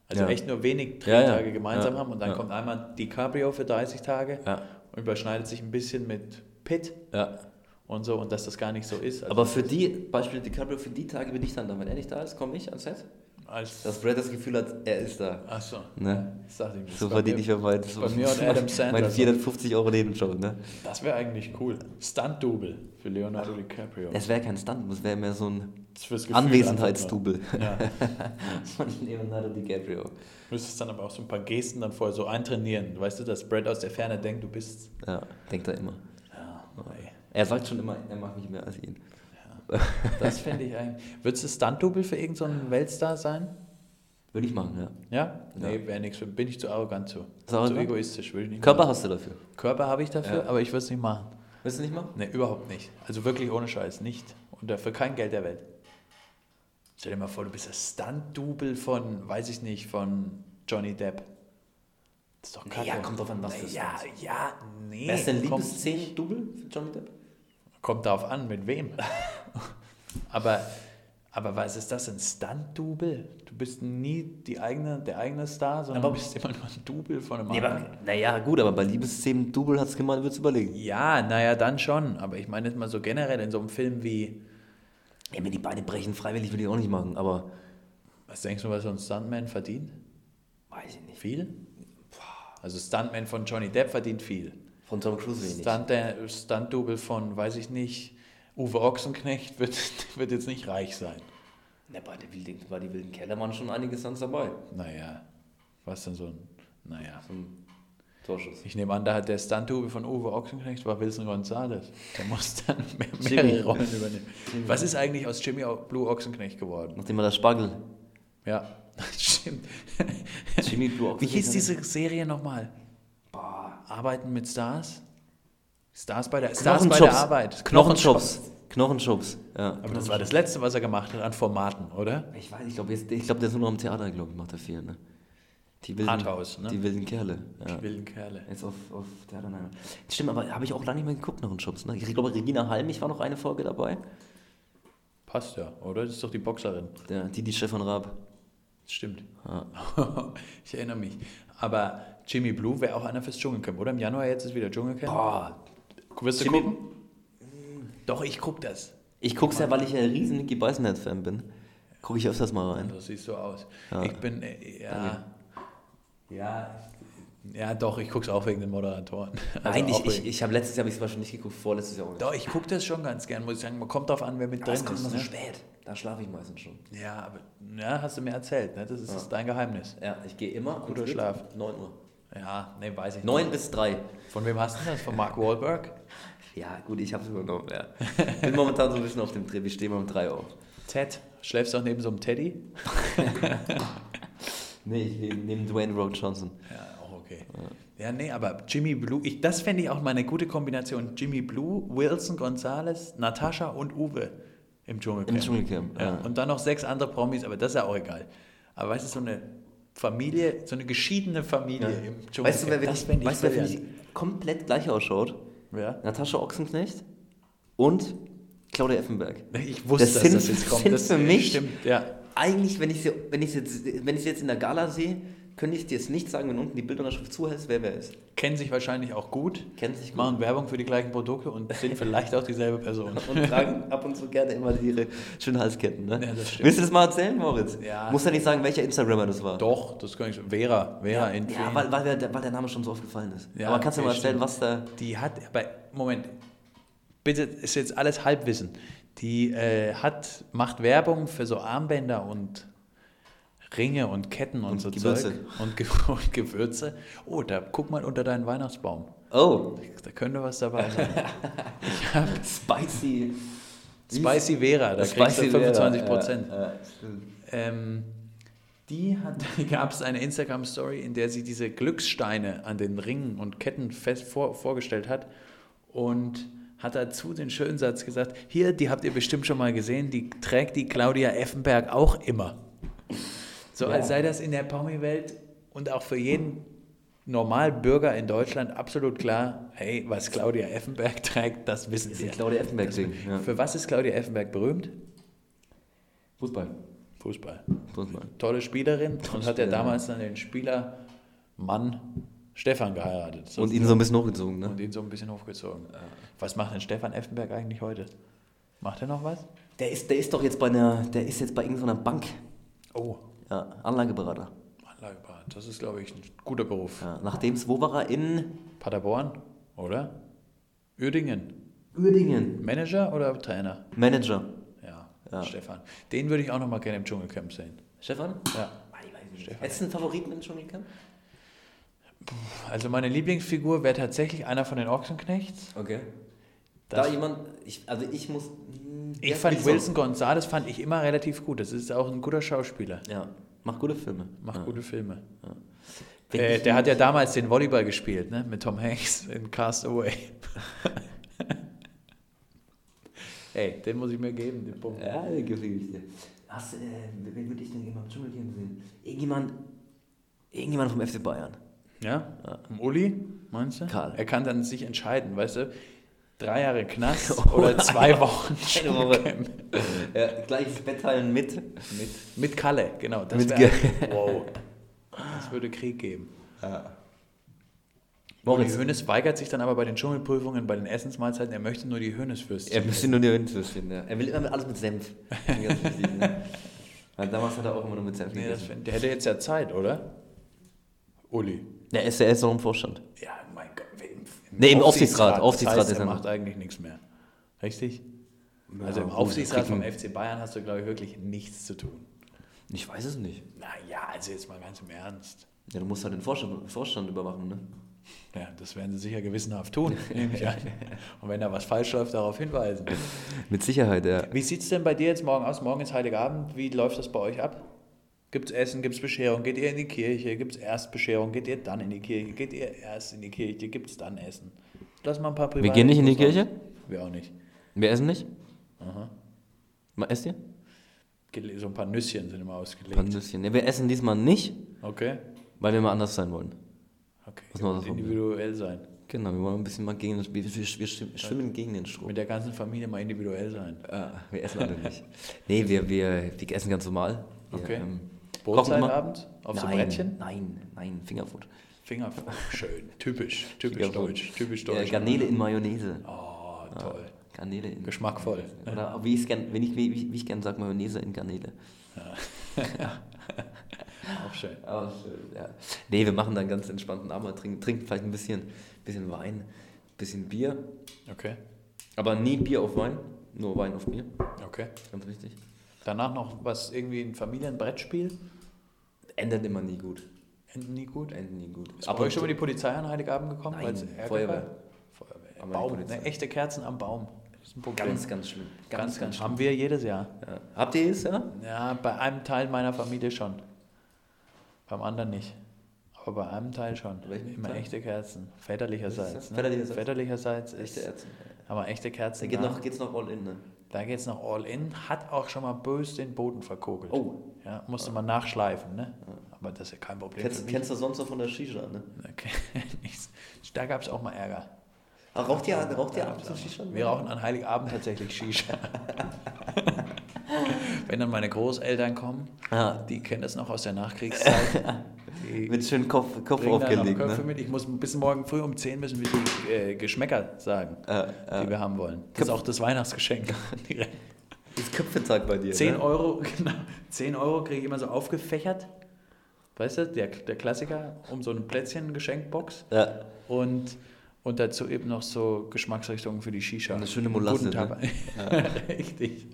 Speaker 2: Also
Speaker 1: Ja.
Speaker 2: echt nur wenig
Speaker 1: Ja, ja.
Speaker 2: Drehtage gemeinsam
Speaker 1: Ja.
Speaker 2: haben und dann
Speaker 1: Ja.
Speaker 2: kommt einmal DiCaprio für 30 Tage
Speaker 1: Ja.
Speaker 2: und überschneidet sich ein bisschen mit Pitt
Speaker 1: Ja.
Speaker 2: und so und dass das gar nicht so ist. Also
Speaker 1: Aber für die, Beispiel DiCaprio, für die Tage bin ich dann da. Wenn er nicht da ist, komme ich ans Set.
Speaker 2: als
Speaker 1: Dass Brad das Gefühl hat, er ist da.
Speaker 2: achso,
Speaker 1: Ne?
Speaker 2: das dachte ich mir.
Speaker 1: So
Speaker 2: Bei
Speaker 1: verdiene
Speaker 2: mir-
Speaker 1: ich ja mein, das
Speaker 2: bei mir und
Speaker 1: mein-
Speaker 2: Adam Sandler
Speaker 1: mein
Speaker 2: so.
Speaker 1: 450 Euro Nebenjob, ne?
Speaker 2: Das wäre eigentlich cool. Stunt-Double für Leonardo DiCaprio.
Speaker 1: Es wäre kein Stunt, es wäre mehr so ein
Speaker 2: Das fürs Gefühl
Speaker 1: Anwesenheitsdubel
Speaker 2: einfach. Ja.
Speaker 1: von Leonardo DiCaprio.
Speaker 2: Müsstest dann aber auch so ein paar Gesten dann vorher so eintrainieren. Weißt du, dass Brad aus der Ferne denkt, du bist.
Speaker 1: Ja, denkt er immer.
Speaker 2: Ja, ey.
Speaker 1: Er sagt schon immer, er mag mich mehr als ihn.
Speaker 2: Das fände ich eigentlich. Würdest du Stunt-Double für irgendeinen so einen Weltstar sein?
Speaker 1: Würde ich machen, ja.
Speaker 2: Ja?
Speaker 1: Ja.
Speaker 2: Nee, wäre nichts. Bin ich zu arrogant zu.
Speaker 1: Zu arrogant?
Speaker 2: Zu egoistisch, würde ich nicht
Speaker 1: Körper
Speaker 2: machen.
Speaker 1: hast du dafür.
Speaker 2: Körper habe ich dafür,
Speaker 1: Ja.
Speaker 2: aber ich würde es nicht machen.
Speaker 1: Willst du nicht machen?
Speaker 2: Ne, überhaupt nicht. Also wirklich ohne Scheiß, nicht. Und dafür kein Geld der Welt. Stell dir mal vor, du bist das Stunt-Double von, weiß ich nicht, von Johnny Depp. Das ist doch kacke.
Speaker 1: Naja, kommt drauf an, was für
Speaker 2: Ja, ja, nee.
Speaker 1: Wer ist denn
Speaker 2: kommt-
Speaker 1: Liebesszenen-Double für Johnny Depp?
Speaker 2: Kommt darauf an, mit wem. aber, aber was ist das, ein Stunt-Double? Du bist nie die eigene, der eigene Star, sondern
Speaker 1: Aber-
Speaker 2: du bist immer nur ein Double von einem
Speaker 1: Nee,
Speaker 2: anderen.
Speaker 1: aber, naja, gut, aber bei Liebesszenen-Double hat es gemeint, würde es überlegen.
Speaker 2: Ja, naja, dann schon. Aber ich meine jetzt mal so generell in so einem Film wie,
Speaker 1: Ja, mir die Beine brechen, freiwillig würde ich auch nicht machen, aber
Speaker 2: was denkst du, was so ein Stuntman verdient?
Speaker 1: weiß ich nicht.
Speaker 2: Viel? Also Stuntman von Johnny Depp verdient viel.
Speaker 1: Von Tom Cruise wenig.
Speaker 2: Stunt, äh, Stunt-Double von, weiß ich nicht, Uwe Ochsenknecht wird, wird jetzt nicht reich sein.
Speaker 1: Na, bei, der wilden, bei die wilden Keller waren schon einige Stunts dabei.
Speaker 2: Naja, was denn so ein, naja.
Speaker 1: Torschuss.
Speaker 2: Ich nehme an, da hat der Stunt-Double von Uwe Ochsenknecht war Wilson Gonzalez. Der muss dann mehr, mehrere
Speaker 1: Jimmy.
Speaker 2: Rollen übernehmen. Was ist eigentlich aus Jimmy O- Blue Ochsenknecht geworden?
Speaker 1: Nachdem er das Spargel.
Speaker 2: Ja, stimmt.
Speaker 1: Jimmy Blue Ochsenknecht.
Speaker 2: Wie hieß diese Serie nochmal?
Speaker 1: Boah.
Speaker 2: Arbeiten mit Stars? Stars bei der, Stars bei
Speaker 1: Knochenschubs.
Speaker 2: der Arbeit.
Speaker 1: Knochenschubs. Knochenschubs. Ja.
Speaker 2: Aber das war das Letzte, was er gemacht hat an Formaten, oder?
Speaker 1: Ich weiß, ich glaube, glaub, der ist nur noch im Theater, glaube ich, macht er viel. Ne? Die wilden,
Speaker 2: Arthouse, ne?
Speaker 1: Die wilden Kerle. Ja.
Speaker 2: Die wilden Kerle.
Speaker 1: Jetzt auf, auf der anderen Heimat. Stimmt, aber habe ich auch lange nicht mehr geguckt noch in Schubs. Ne? Ich glaube, Regina Halmich war noch eine Folge dabei.
Speaker 2: Passt ja, oder? Das ist doch die Boxerin.
Speaker 1: Ja, die, die Stefan Raab.
Speaker 2: Stimmt.
Speaker 1: Ja.
Speaker 2: ich erinnere mich. Aber Jimmy Blue wäre auch einer fürs Dschungelcamp, oder? Im Januar jetzt ist wieder Dschungelcamp.
Speaker 1: Boah,
Speaker 2: Wirst du
Speaker 1: Jimmy-
Speaker 2: gucken? Doch, ich guck das.
Speaker 1: Ich guck's ja, weil ich ja ein riesen Nicky Beisenherz-Fan bin. Guck ich öfters mal rein.
Speaker 2: So siehst du aus.
Speaker 1: Ja.
Speaker 2: Ich bin, äh, ja, ja, ja, doch, ich guck's auch wegen den Moderatoren. Also
Speaker 1: Nein, ich,
Speaker 2: auch
Speaker 1: ich,
Speaker 2: wegen-
Speaker 1: ich habe letztes Jahr hab ich's wahrscheinlich nicht geguckt, vorletztes Jahr auch nicht.
Speaker 2: Doch, ich guck das schon ganz gern, muss ich sagen. Man kommt drauf an, wer mit
Speaker 1: das
Speaker 2: drin
Speaker 1: kommt
Speaker 2: ist.
Speaker 1: immer so
Speaker 2: Ne?
Speaker 1: spät. Da schlafe ich meistens schon.
Speaker 2: Ja, aber, ja, hast du mir erzählt, ne? Das ist das ist dein Geheimnis.
Speaker 1: Ja, ich gehe immer.
Speaker 2: Guter
Speaker 1: und-
Speaker 2: Schlaf.
Speaker 1: 9 Uhr.
Speaker 2: Ja, nee, weiß ich
Speaker 1: 9 bis 3.
Speaker 2: nicht. Von wem hast du das? Von Mark Wahlberg?
Speaker 1: Ja, gut, ich hab's übernommen. Ja. Bin momentan so ein bisschen auf dem Trip. Ich stehe mal um 3 auf.
Speaker 2: Ted. Schläfst du auch neben so einem Teddy?
Speaker 1: Nee, ich nehme Dwayne Road Johnson.
Speaker 2: Ja, auch okay. Ja, nee, aber Jimmy Blue, ich, das fände ich auch mal eine gute Kombination. Jimmy Blue, Wilson Gonzalez, Natascha und Uwe im Dschungelcamp.
Speaker 1: Im Dschungelcamp,
Speaker 2: Ja.
Speaker 1: ja.
Speaker 2: Und dann noch sechs andere Promis, aber das ist ja auch egal. Aber weißt du, so eine Familie, so eine geschiedene Familie im Dschungelcamp.
Speaker 1: Weißt du, wer,
Speaker 2: das
Speaker 1: das
Speaker 2: fände ich
Speaker 1: weißt, du, wer für
Speaker 2: brillant.
Speaker 1: mich komplett gleich ausschaut?
Speaker 2: Ja.
Speaker 1: Natascha Ochsenknecht und Claudia Effenberg.
Speaker 2: Ne, Ich wusste,
Speaker 1: Das
Speaker 2: dass
Speaker 1: sind-
Speaker 2: das jetzt kommt.
Speaker 1: sind
Speaker 2: das äh,
Speaker 1: für mich-
Speaker 2: Stimmt, ja.
Speaker 1: Eigentlich, wenn ich sie, wenn ich sie jetzt, wenn ich sie jetzt in der Gala sehe, könnte ich dir jetzt nicht sagen, wenn unten die Bildunterschrift zuhältst, wer wer ist.
Speaker 2: Kennen sich wahrscheinlich auch gut.
Speaker 1: Kennen sich gut.
Speaker 2: Machen Werbung für die gleichen Produkte und sind vielleicht auch dieselbe Person.
Speaker 1: Und tragen ab und zu gerne immer ihre schönen Halsketten, ne?
Speaker 2: Ja, das stimmt.
Speaker 1: Willst du das mal erzählen, Moritz?
Speaker 2: Ja.
Speaker 1: Musst ja nicht sagen, welcher Instagrammer das war.
Speaker 2: Doch, das kann ich. Vera, Vera in
Speaker 1: Ja, weil, weil, der, weil der Name schon so oft gefallen ist.
Speaker 2: Ja,
Speaker 1: Aber kannst du
Speaker 2: okay,
Speaker 1: mal erzählen, was da...
Speaker 2: Die hat, aber Moment, bitte, ist jetzt alles Halbwissen. Die äh, hat, macht Werbung für so Armbänder und Ringe und Ketten und,
Speaker 1: Und
Speaker 2: so
Speaker 1: Gewürze.
Speaker 2: Zeug und, Ge und Gewürze. Oh, da guck mal unter deinen Weihnachtsbaum.
Speaker 1: Oh,
Speaker 2: Da könnte was dabei sein. ich habe
Speaker 1: spicy...
Speaker 2: Spicy Vera, da kriegst du 25 Prozent.
Speaker 1: Ja, ja, stimmt.
Speaker 2: Ähm, die hat, gab es eine Instagram-Story, in der sie diese Glückssteine an den Ringen und Ketten fest vor, vorgestellt hat und hat dazu den schönen Satz gesagt: Hier, die habt ihr bestimmt schon mal gesehen, die trägt die Claudia Effenberg auch immer. So als sei das in der Promi-Welt und auch für jeden normalen Bürger in Deutschland absolut klar: Hey, was Claudia Effenberg trägt, das wissen
Speaker 1: Ist
Speaker 2: wir.
Speaker 1: ein Claudia Effenberg-Ding. Ja.
Speaker 2: Für was ist Claudia Effenberg berühmt?
Speaker 1: Fußball.
Speaker 2: Fußball.
Speaker 1: Fußball.
Speaker 2: tolle Spielerin und hat ja
Speaker 1: Spielerin.
Speaker 2: damals dann den Spielermann Stefan geheiratet. So-
Speaker 1: Und ihn so ein bisschen hochgezogen, ne?
Speaker 2: und ihn so ein bisschen hochgezogen. Äh, Was macht denn Stefan Effenberg eigentlich heute? Macht er noch was?
Speaker 1: Der ist, der ist doch jetzt bei einer, der ist jetzt bei irgendeiner Bank.
Speaker 2: Oh,
Speaker 1: Ja, Anlageberater.
Speaker 2: Anlageberater. Das ist, glaube ich, ein guter Beruf.
Speaker 1: Ja, Nachdem es, wo war er? In
Speaker 2: Paderborn, oder? Uerdingen.
Speaker 1: Uerdingen.
Speaker 2: Manager oder Trainer?
Speaker 1: Manager.
Speaker 2: Ja,
Speaker 1: Ja.
Speaker 2: Stefan. Den würde ich auch noch mal gerne im Dschungelcamp sehen.
Speaker 1: Stefan?
Speaker 2: Ja.
Speaker 1: Ah, ich weiß nicht.
Speaker 2: Stefan.
Speaker 1: Hättest du einen Favoriten im Dschungelcamp?
Speaker 2: Also meine Lieblingsfigur wäre tatsächlich einer von den Ochsenknechts.
Speaker 1: Okay.
Speaker 2: Das-
Speaker 1: da jemand, ich, also ich muss. hm,
Speaker 2: Ich
Speaker 1: ja,
Speaker 2: fand
Speaker 1: Wilson.
Speaker 2: Wilson Gonzalez fand ich immer relativ gut. Das ist auch ein guter Schauspieler.
Speaker 1: Ja, macht gute Filme.
Speaker 2: Macht gute Filme.
Speaker 1: Wenn
Speaker 2: Äh,
Speaker 1: ich-
Speaker 2: der hat ja damals den Volleyball gespielt, ne? Mit Tom Hanks in Castaway. Ey, den muss ich mir geben, den Punkt.
Speaker 1: Ja, der gibt's Geschichte. Was, äh, wen würde ich denn immer im Dschungelcamp sehen? Irgendjemand, irgendjemand vom FC Bayern.
Speaker 2: Ja? Und Uli, meinst du?
Speaker 1: Karl.
Speaker 2: Er kann dann sich entscheiden, weißt du? Drei Jahre Knast
Speaker 1: Oh,
Speaker 2: oder zwei
Speaker 1: eine-
Speaker 2: Wochen
Speaker 1: eine Woche.
Speaker 2: Dschungelcamp.
Speaker 1: Ja, gleiches Bett teilen mit.
Speaker 2: mit, mit Kalle, genau. Das
Speaker 1: Mit
Speaker 2: wär- wow. Das würde Krieg geben. Moritz
Speaker 1: Moritz.
Speaker 2: Hönes weigert sich dann aber bei den Dschungelprüfungen, bei den Essensmahlzeiten, er möchte nur die Höneswürste.
Speaker 1: Er müsste nur die Rindwürstchen, ja. Er will immer mit- alles mit Senf. Das ist ganz wichtig, ne? Weil damals hat er auch immer nur mit Senf
Speaker 2: Nee, das
Speaker 1: gegessen.
Speaker 2: find- der hätte jetzt ja Zeit, oder? Uli.
Speaker 1: Der ist, er ist noch im Vorstand.
Speaker 2: Ja, mein Gott. wer Im, im
Speaker 1: Nee, im Aufsichtsrat, Aufsichtsrat
Speaker 2: das heißt,
Speaker 1: ist
Speaker 2: er
Speaker 1: er
Speaker 2: macht eigentlich nichts mehr. Richtig? also im
Speaker 1: gut,
Speaker 2: Aufsichtsrat vom
Speaker 1: kriegen-
Speaker 2: FC Bayern hast du, glaube ich, wirklich nichts zu tun.
Speaker 1: Ich weiß es nicht.
Speaker 2: Naja, also jetzt mal ganz im Ernst.
Speaker 1: Ja, du musst halt den Vorstand, Vorstand überwachen, ne?
Speaker 2: Ja, das werden sie sicher gewissenhaft tun, nehme ich an. Und wenn da was falsch läuft, darauf hinweisen.
Speaker 1: Mit Sicherheit, ja.
Speaker 2: Wie sieht es denn bei dir jetzt morgen aus? Morgen ist Heiligabend. Wie läuft das bei euch ab? Gibt es Essen? Gibt es Bescherung? Geht ihr in die Kirche? Gibt es erst Bescherung? Geht ihr dann in die Kirche? Geht ihr erst in die Kirche? Gibt es dann Essen? Lass mal ein paar private
Speaker 1: Wir gehen nicht in die
Speaker 2: Infos
Speaker 1: Kirche?
Speaker 2: raus. Wir auch nicht.
Speaker 1: Wir essen nicht?
Speaker 2: Aha.
Speaker 1: Mal esst ihr?
Speaker 2: Gele- So ein paar Nüsschen sind immer ausgelegt.
Speaker 1: Panzüsschen. Ne, wir essen diesmal nicht.
Speaker 2: Okay.
Speaker 1: Weil wir mal anders sein wollen.
Speaker 2: Okay.
Speaker 1: Was
Speaker 2: ihr
Speaker 1: noch
Speaker 2: wollt
Speaker 1: das Problem?
Speaker 2: individuell sein.
Speaker 1: Genau, wir wollen ein bisschen mal gegen den, wir, wir, wir schwimmen- schwimmen gegen den Strom.
Speaker 2: Mit der ganzen Familie mal individuell sein.
Speaker 1: Ah, wir essen alle nicht. nee, wir, wir, wir essen ganz normal. Wir,
Speaker 2: Okay.
Speaker 1: ähm, kochen
Speaker 2: Brotzeit
Speaker 1: immer-
Speaker 2: abends? Auf so
Speaker 1: nein,
Speaker 2: Brettchen?
Speaker 1: Nein, nein, Fingerfood.
Speaker 2: Finger. Schön. Typisch. Typisch
Speaker 1: Fingerfood.
Speaker 2: deutsch. Typisch
Speaker 1: Äh,
Speaker 2: deutsch.
Speaker 1: Garnele in Mayonnaise.
Speaker 2: Oh, toll.
Speaker 1: Garnele in
Speaker 2: Geschmackvoll.
Speaker 1: Oder wie ich gern, wenn ich, wie, wie ich gern sage, Mayonnaise in Garnele.
Speaker 2: Auch schön.
Speaker 1: Aber schön, ja. Nee, wir machen dann ganz entspannten Abend, trinken, trinken vielleicht ein bisschen, bisschen Wein, bisschen Bier.
Speaker 2: Okay.
Speaker 1: Aber nie Bier auf Wein, nur Wein auf Bier.
Speaker 2: Okay.
Speaker 1: Ganz wichtig.
Speaker 2: Danach noch was, irgendwie ein Familienbrettspiel?
Speaker 1: Endet immer nie gut.
Speaker 2: Enden nie gut.
Speaker 1: Enden nie gut.
Speaker 2: Ist Aber euch schon mal die Polizei an Heiligabend gekommen?
Speaker 1: Nein,
Speaker 2: weil's Ärger
Speaker 1: Feuerwehr.
Speaker 2: gab? Feuerwehr.
Speaker 1: Aber die
Speaker 2: Baum,
Speaker 1: Polizei.
Speaker 2: ne, echte Kerzen am Baum. Das ist ein Problem.
Speaker 1: ganz, ganz schlimm.
Speaker 2: ganz, ganz Haben wir jedes Jahr.
Speaker 1: Ja. Habt ihr es, ja?
Speaker 2: Ja, bei einem Teil meiner Familie schon. Beim anderen nicht. Aber bei einem Teil schon.
Speaker 1: Welchen
Speaker 2: Immer
Speaker 1: Teil?
Speaker 2: echte Kerzen. Väterlicherseits.
Speaker 1: Das ist-
Speaker 2: Ne?
Speaker 1: väterlicherseits.
Speaker 2: Väterlicherseits ist.
Speaker 1: Ärzte.
Speaker 2: Aber echte
Speaker 1: Da
Speaker 2: Kerzen.
Speaker 1: geht
Speaker 2: ja.
Speaker 1: noch, geht's noch all in, ne?
Speaker 2: Da geht's noch all in. Hat auch schon mal bös den Boden verkogelt.
Speaker 1: Oh.
Speaker 2: Ja, musste man nachschleifen, ne? Aber das ist ja kein Problem.
Speaker 1: Kennst,
Speaker 2: für
Speaker 1: du-
Speaker 2: mich.
Speaker 1: kennst du sonst noch von der Shisha, ne?
Speaker 2: Okay. nichts. Da gab es auch mal Ärger.
Speaker 1: Aber Ah, raucht ihr, raucht ihr
Speaker 2: Ja,
Speaker 1: ab und zu Shisha?
Speaker 2: Wir rauchen an Heiligabend tatsächlich Shisha. Wenn dann meine Großeltern kommen,
Speaker 1: Ah,
Speaker 2: die kennen das noch aus der Nachkriegszeit. Die
Speaker 1: mit schönem Kopf, Kopf
Speaker 2: bringen dann
Speaker 1: aufgelegt,
Speaker 2: noch Köpfe
Speaker 1: ne?
Speaker 2: mit. Ich muss bis morgen früh um 10 müssen wir die äh, Geschmäcker sagen,
Speaker 1: Äh,
Speaker 2: die
Speaker 1: äh,
Speaker 2: wir haben wollen. Das ist auch das Weihnachtsgeschenk. Direkt.
Speaker 1: ist Köpfetag bei dir,
Speaker 2: 10
Speaker 1: ne?
Speaker 2: Euro, genau. 10 Euro kriege ich immer so aufgefächert. Weißt du, der, der Klassiker, um so ein Plätzchen-Geschenkbox.
Speaker 1: Ja.
Speaker 2: Und, und dazu eben noch so Geschmacksrichtungen für die Shisha.
Speaker 1: Eine schöne Molasse,
Speaker 2: Guten
Speaker 1: ne?
Speaker 2: Tabak. Richtig.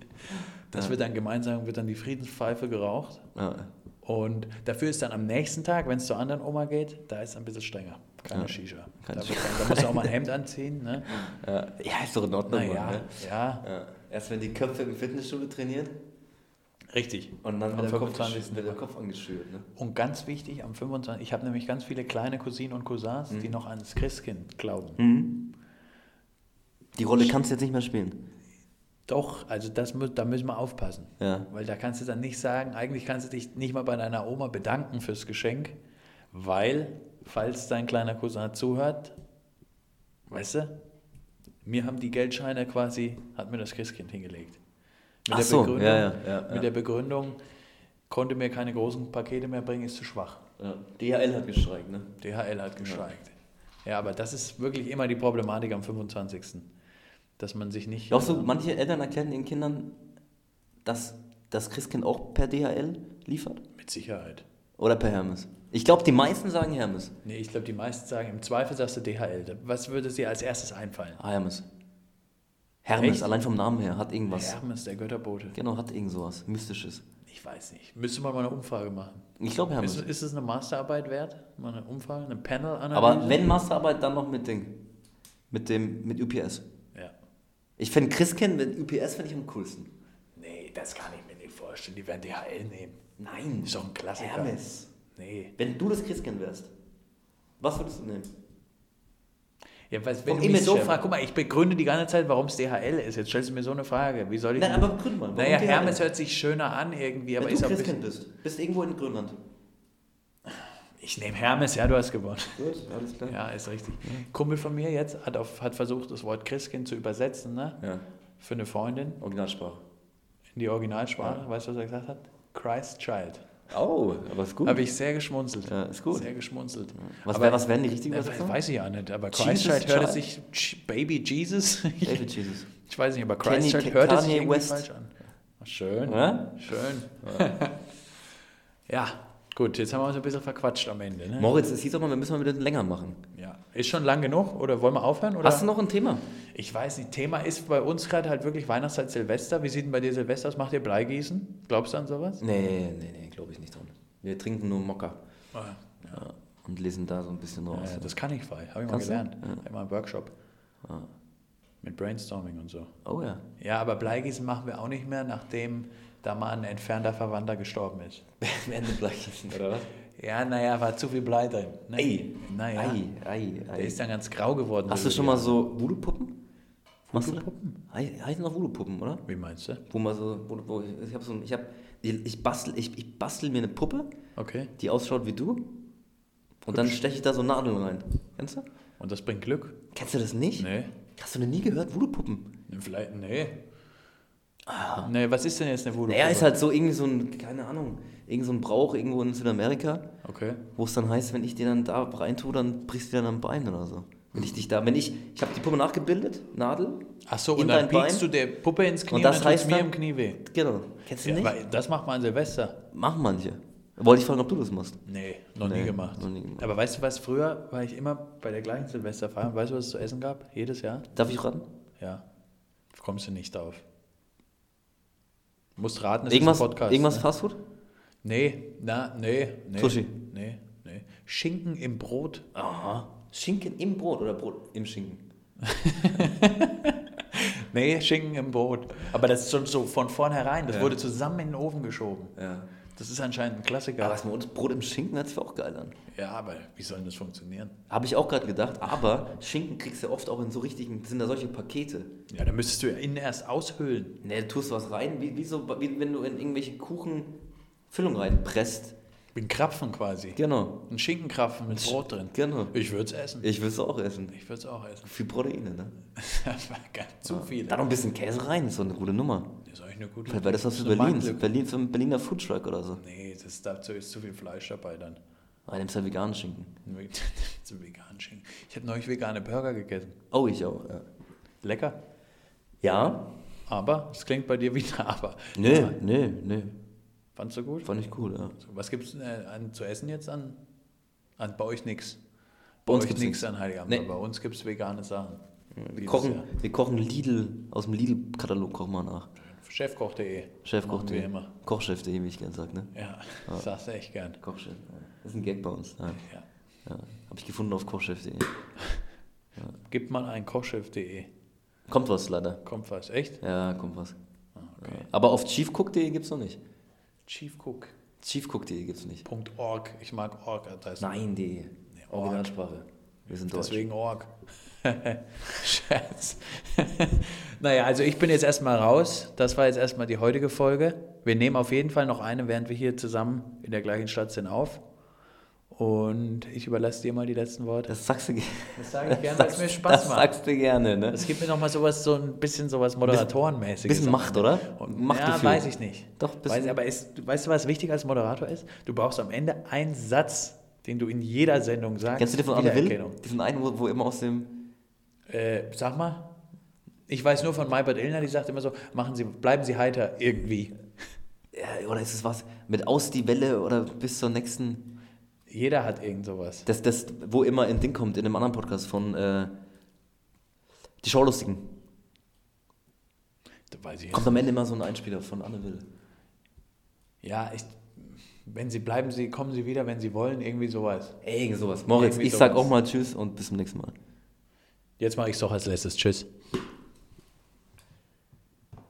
Speaker 2: Das wird dann gemeinsam, wird dann die Friedenspfeife geraucht.
Speaker 1: ja.
Speaker 2: Und dafür ist dann am nächsten Tag, wenn es zur anderen Oma geht, da ist es ein bisschen strenger. Keine
Speaker 1: Ja.
Speaker 2: Shisha.
Speaker 1: Keine
Speaker 2: da, wird dann, da musst du auch mal ein Hemd anziehen. Ne?
Speaker 1: Ja, Ja, ist doch in Ordnung, Mann,
Speaker 2: Naja,
Speaker 1: ne?
Speaker 2: ja,
Speaker 1: Ja. Erst wenn die Köpfe im Fitnessstudio trainiert
Speaker 2: richtig.
Speaker 1: und dann
Speaker 2: Am
Speaker 1: wird der, Kopf,
Speaker 2: 25.
Speaker 1: gesch- wird der Kopf angeschürt, ne?
Speaker 2: Und ganz wichtig, am 25. Ich habe nämlich ganz viele kleine Cousinen und Cousins,
Speaker 1: Mhm.
Speaker 2: die noch ans Christkind glauben. Mhm.
Speaker 1: Die Rolle kannst du jetzt nicht mehr spielen.
Speaker 2: Doch, also das, mü- da müssen wir aufpassen.
Speaker 1: Ja.
Speaker 2: Weil da kannst du dann nicht sagen, eigentlich kannst du dich nicht mal bei deiner Oma bedanken fürs Geschenk, weil, falls dein kleiner Cousin zuhört, weißt du, mir haben die Geldscheine quasi, hat mir das Christkind hingelegt. Mit,
Speaker 1: Ach
Speaker 2: der,
Speaker 1: so,
Speaker 2: Begründung,
Speaker 1: ja, ja, ja,
Speaker 2: mit
Speaker 1: ja.
Speaker 2: der Begründung, konnte mir keine großen Pakete mehr bringen, ist zu schwach.
Speaker 1: Ja. DHL hat gestreikt, ne?
Speaker 2: DHL hat gestreikt. Ja, aber das ist wirklich immer die Problematik am 25. Dass man sich nicht.
Speaker 1: Glaubst du, manche Eltern erklären ihren Kindern, dass das Christkind auch per DHL liefert?
Speaker 2: Mit Sicherheit.
Speaker 1: Oder per Hermes? Ich glaube, die meisten sagen Hermes.
Speaker 2: Nee, ich glaube, die meisten sagen, im Zweifel sagst du DHL. Was würde dir als erstes einfallen?
Speaker 1: Ah, Hermes. Hermes,
Speaker 2: Echt?
Speaker 1: allein vom Namen her, hat irgendwas.
Speaker 2: Hermes, der Götterbote.
Speaker 1: Genau, hat irgend sowas. Mystisches.
Speaker 2: Ich weiß nicht. Müsste man mal eine Umfrage machen.
Speaker 1: Ich glaube Hermes.
Speaker 2: Ist, ist es eine Masterarbeit wert? Mal eine Umfrage, eine Panel-Analyse?
Speaker 1: Aber wenn Masterarbeit, dann noch mit Ding. Mit dem, mit UPS.
Speaker 2: Ja.
Speaker 1: Ich finde Christkind mit UPS finde ich am coolsten.
Speaker 2: Nee, das kann ich mir nicht vorstellen. Die werden DHL nehmen.
Speaker 1: Nein.
Speaker 2: Ist doch ein Klassiker.
Speaker 1: Hermes.
Speaker 2: Nee.
Speaker 1: Wenn du das Christkind wärst, was würdest du nehmen?
Speaker 2: Ja, was,
Speaker 1: Vom
Speaker 2: wenn du mich so
Speaker 1: Image her.
Speaker 2: fragst, guck mal, ich begründe die ganze Zeit, warum es DHL ist. Jetzt stellst du mir so eine Frage. Wie soll ich.
Speaker 1: Nein, aber begründ mal. warum
Speaker 2: naja,
Speaker 1: DHL?
Speaker 2: Hermes hört sich schöner an irgendwie,
Speaker 1: Wenn
Speaker 2: aber
Speaker 1: du
Speaker 2: ist auch ein
Speaker 1: Christkind
Speaker 2: bisschen.
Speaker 1: bist, bist irgendwo in Grönland.
Speaker 2: Ich nehme Hermes, ja, du hast gewonnen.
Speaker 1: Gut, alles klar.
Speaker 2: Ja, ist richtig. Kumpel von mir jetzt hat, auf, hat versucht, das Wort Christkind zu übersetzen, ne?
Speaker 1: Ja,
Speaker 2: Für eine Freundin
Speaker 1: Originalsprache.
Speaker 2: in die Originalsprache. Weißt du, was er gesagt hat? Christ Child.
Speaker 1: Oh, aber ist gut.
Speaker 2: Habe ich sehr geschmunzelt.
Speaker 1: Ja, ist gut.
Speaker 2: Sehr geschmunzelt.
Speaker 1: Was,
Speaker 2: Aber-
Speaker 1: wär, was wären die richtigen
Speaker 2: Ja, we-
Speaker 1: Übersetzungen?
Speaker 2: weiß ich ja nicht, aber
Speaker 1: Jesus
Speaker 2: Christ Child hörte
Speaker 1: Child?
Speaker 2: sich Ch- Baby Jesus.
Speaker 1: Baby Jesus.
Speaker 2: ich weiß nicht, aber
Speaker 1: Kenny-
Speaker 2: Christ Child
Speaker 1: Ke-
Speaker 2: hörte sich
Speaker 1: Kanye
Speaker 2: irgendwie
Speaker 1: West.
Speaker 2: falsch an. Ach, Schön.
Speaker 1: Ja?
Speaker 2: Schön. ja, gut, jetzt haben wir uns ein bisschen verquatscht am Ende. Ne?
Speaker 1: Moritz, es hieß auch mal, wir müssen mal wieder länger machen.
Speaker 2: Ja. Ist schon lang genug oder wollen wir aufhören? Oder?
Speaker 1: Hast du noch ein Thema?
Speaker 2: Ich weiß nicht, Thema ist bei uns gerade halt wirklich Weihnachtszeit, Silvester. Wie sieht denn bei dir Silvester aus? Macht ihr Bleigießen? Glaubst du an sowas?
Speaker 1: Nee, nee, nee, glaube ich nicht dran. Wir trinken nur Mokka
Speaker 2: Ah,
Speaker 1: ja. und lesen da so ein bisschen raus.
Speaker 2: Äh, das kann ich frei, habe ich mal
Speaker 1: Kannst du?
Speaker 2: gelernt. Hab ich mal einen Workshop. Mit Brainstorming und so.
Speaker 1: Oh ja.
Speaker 2: Ja, aber Bleigießen machen wir auch nicht mehr, nachdem da mal ein entfernter Verwandter gestorben ist.
Speaker 1: Am Ende bleichen, oder was?
Speaker 2: Ja, naja, war zu viel Blei drin. Ne?
Speaker 1: Ey,
Speaker 2: naja.
Speaker 1: Ei, ei,
Speaker 2: Der
Speaker 1: ei.
Speaker 2: ist dann ganz grau geworden.
Speaker 1: Hast
Speaker 2: so
Speaker 1: du
Speaker 2: über
Speaker 1: schon
Speaker 2: die
Speaker 1: mal
Speaker 2: Jahre.
Speaker 1: so Voodoo-Puppen?
Speaker 2: Voodoo-Puppen?
Speaker 1: Voodoo-Puppen? Heißen doch Voodoo-Puppen, oder?
Speaker 2: Wie meinst du?
Speaker 1: Wo man so, wo, wo, ich habe so, ein- ich habe, ich bastel, ich, ich bastel mir eine Puppe,
Speaker 2: Okay.
Speaker 1: die ausschaut wie du Und dann steche ich da so Nadeln rein. Kennst du?
Speaker 2: Und das bringt Glück?
Speaker 1: Kennst du das nicht?
Speaker 2: Nee.
Speaker 1: Hast du noch nie gehört, Voodoo-Puppen?
Speaker 2: Vielleicht, nee. Nee, was ist denn jetzt eine voodoo
Speaker 1: Ah. Naja, ist halt so irgendwie so ein, keine Ahnung, irgend so ein Brauch irgendwo in Südamerika,
Speaker 2: Okay.
Speaker 1: wo es dann heißt, wenn ich dir dann da rein tue, dann brichst du dir dann ein Bein oder so. Wenn ich dich da, wenn ich, ich habe die Puppe nachgebildet, Nadel.
Speaker 2: Achso,
Speaker 1: in
Speaker 2: und dann
Speaker 1: dein Bein.
Speaker 2: piekst du der Puppe ins Knie
Speaker 1: Und
Speaker 2: und,
Speaker 1: das
Speaker 2: dann tut's
Speaker 1: heißt
Speaker 2: mir
Speaker 1: dann-
Speaker 2: im Knie weh.
Speaker 1: Genau. Kennst du
Speaker 2: Ja,
Speaker 1: nicht?
Speaker 2: weil das macht man an Silvester.
Speaker 1: Machen manche. Wollte ich fragen, ob du das machst.
Speaker 2: Nee, noch
Speaker 1: Nee,
Speaker 2: nie gemacht.
Speaker 1: noch nie gemacht.
Speaker 2: Aber weißt du was, früher war ich immer bei der gleichen Silvesterfeier. und Weißt du, was es zu essen gab? Jedes Jahr?
Speaker 1: Darf ich raten?
Speaker 2: Ja. Kommst du nicht drauf. Musst raten, es
Speaker 1: Irgendwas,
Speaker 2: ist ein Podcast.
Speaker 1: irgendwas
Speaker 2: ne?
Speaker 1: Fastfood?
Speaker 2: Nee, na, nee, nee.
Speaker 1: Sushi.
Speaker 2: Nee, nee. Schinken im Brot.
Speaker 1: Aha. Schinken im Brot oder Brot im Schinken?
Speaker 2: Nee, Schinken im Brot. Aber das ist schon so von vornherein. Das
Speaker 1: Ja.
Speaker 2: wurde zusammen in den Ofen geschoben.
Speaker 1: Ja.
Speaker 2: Das ist anscheinend ein Klassiker.
Speaker 1: Aber was mal, uns Brot im Schinken hört sich auch geil an.
Speaker 2: ja, aber wie soll denn das funktionieren?
Speaker 1: Habe ich auch gerade gedacht, aber Schinken kriegst du oft auch in so richtigen, sind da solche Pakete.
Speaker 2: Ja, da müsstest du ja innen erst aushöhlen.
Speaker 1: Ne, tust du was rein, wie, wie, so, wie wenn du in irgendwelche Kuchen Füllung reinpresst.
Speaker 2: Ein Krapfen quasi.
Speaker 1: Genau,
Speaker 2: Ein Schinkenkrapfen mit Brot drin.
Speaker 1: genau.
Speaker 2: Ich würde es essen.
Speaker 1: Ich will es auch essen.
Speaker 2: Ich würde es auch essen.
Speaker 1: Viel Proteine, ne?
Speaker 2: Das war gar zu viel.
Speaker 1: Da noch ein bisschen Käse rein, ist so eine gute Nummer.
Speaker 2: Das ist eigentlich eine gute
Speaker 1: Vielleicht wäre das was für
Speaker 2: ist eine
Speaker 1: Berlin,
Speaker 2: Marktlücke.
Speaker 1: Berlin so ein Berliner Foodtruck oder so.
Speaker 2: Nee, das ist, dazu ist zu viel Fleisch dabei dann.
Speaker 1: Ah, nimmst halt veganen Schinken.
Speaker 2: Zum veganen Schinken. Ich habe neulich vegane Burger gegessen.
Speaker 1: Oh, ich auch, ja.
Speaker 2: Lecker.
Speaker 1: Ja?
Speaker 2: Aber, es klingt bei dir wieder aber.
Speaker 1: Nö, nö, nö.
Speaker 2: Fandst du gut?
Speaker 1: Fand ich cool, ja.
Speaker 2: So, was gibt es an zu essen jetzt an? an bei euch nichts.
Speaker 1: Bei
Speaker 2: Bei
Speaker 1: uns
Speaker 2: euch
Speaker 1: gibt's
Speaker 2: nichts
Speaker 1: nix.
Speaker 2: an Heiligabend,
Speaker 1: Nee.
Speaker 2: aber bei uns gibt es vegane Sachen.
Speaker 1: Wir
Speaker 2: Dieses Jahr.
Speaker 1: kochen, wir kochen Lidl, aus dem Lidl-Katalog kochen wir nach.
Speaker 2: Chefkoch.de.
Speaker 1: Chefkoch,
Speaker 2: Machen wir immer.
Speaker 1: Kochchef, wie ich gern sag, ne?
Speaker 2: Ja, das sagst du echt gern.
Speaker 1: Kochchef, ja. Das ist ein Gag bei uns. Ja.
Speaker 2: Ja.
Speaker 1: Ja. Habe ich gefunden auf kochchef.de.
Speaker 2: Gib mal ein Kochchef.de.
Speaker 1: Kommt was leider.
Speaker 2: Kommt was, echt?
Speaker 1: Ja, kommt was.
Speaker 2: Ah, Okay.
Speaker 1: Aber auf chiefcook.de gibt's noch nicht.
Speaker 2: Chiefcook.org.
Speaker 1: Chiefcook.de gibt's nicht.
Speaker 2: Ich mag Org-Adressen.
Speaker 1: Nein, de. Originalsprache. Wir sind deutsch.
Speaker 2: Deswegen Org. Scherz. naja, also ich bin jetzt erstmal raus. Das war jetzt erstmal die heutige Folge. Wir nehmen auf jeden Fall noch eine, während wir hier zusammen in der gleichen Stadt sind, auf. Und ich überlasse dir mal die letzten Worte.
Speaker 1: Das sagst du gerne.
Speaker 2: Das sage ich gerne, weil es mir Spaß
Speaker 1: das
Speaker 2: macht.
Speaker 1: sagst du gerne, ne?
Speaker 2: Das gibt mir nochmal sowas, so ein bisschen sowas Moderatorenmäßiges.
Speaker 1: Bisschen Macht, oder?
Speaker 2: Und ja,
Speaker 1: Machtgefühl.
Speaker 2: weiß ich nicht.
Speaker 1: Doch, bisschen-
Speaker 2: weiß, aber ist, du- weißt du, was wichtig als Moderator ist? Du brauchst am Ende einen Satz, den du in jeder Sendung sagst.
Speaker 1: Kennst du die von Anne Will?
Speaker 2: Wiedererkennung.
Speaker 1: Die von einem, wo, wo immer aus dem.
Speaker 2: Äh, sag mal, ich weiß nur von Maybert Illner, die sagt immer so, machen Sie, bleiben Sie heiter irgendwie.
Speaker 1: Ja, oder ist es was? Mit aus die Welle oder bis zur nächsten.
Speaker 2: Jeder hat irgend sowas.
Speaker 1: Das, das, wo immer ein Ding kommt in einem anderen Podcast von. Äh, die Schaulustigen.
Speaker 2: Da weiß ich
Speaker 1: Kommt am Ende immer so ein Einspieler von Anne Will.
Speaker 2: Ja, ich, wenn Sie bleiben, Sie kommen Sie wieder, wenn Sie wollen, irgendwie sowas.
Speaker 1: Irgend sowas. Moritz,
Speaker 2: Irgendwie
Speaker 1: ich sag
Speaker 2: sowas.
Speaker 1: auch mal Tschüss und bis zum nächsten Mal.
Speaker 2: Jetzt mache ich es doch als letztes. Tschüss.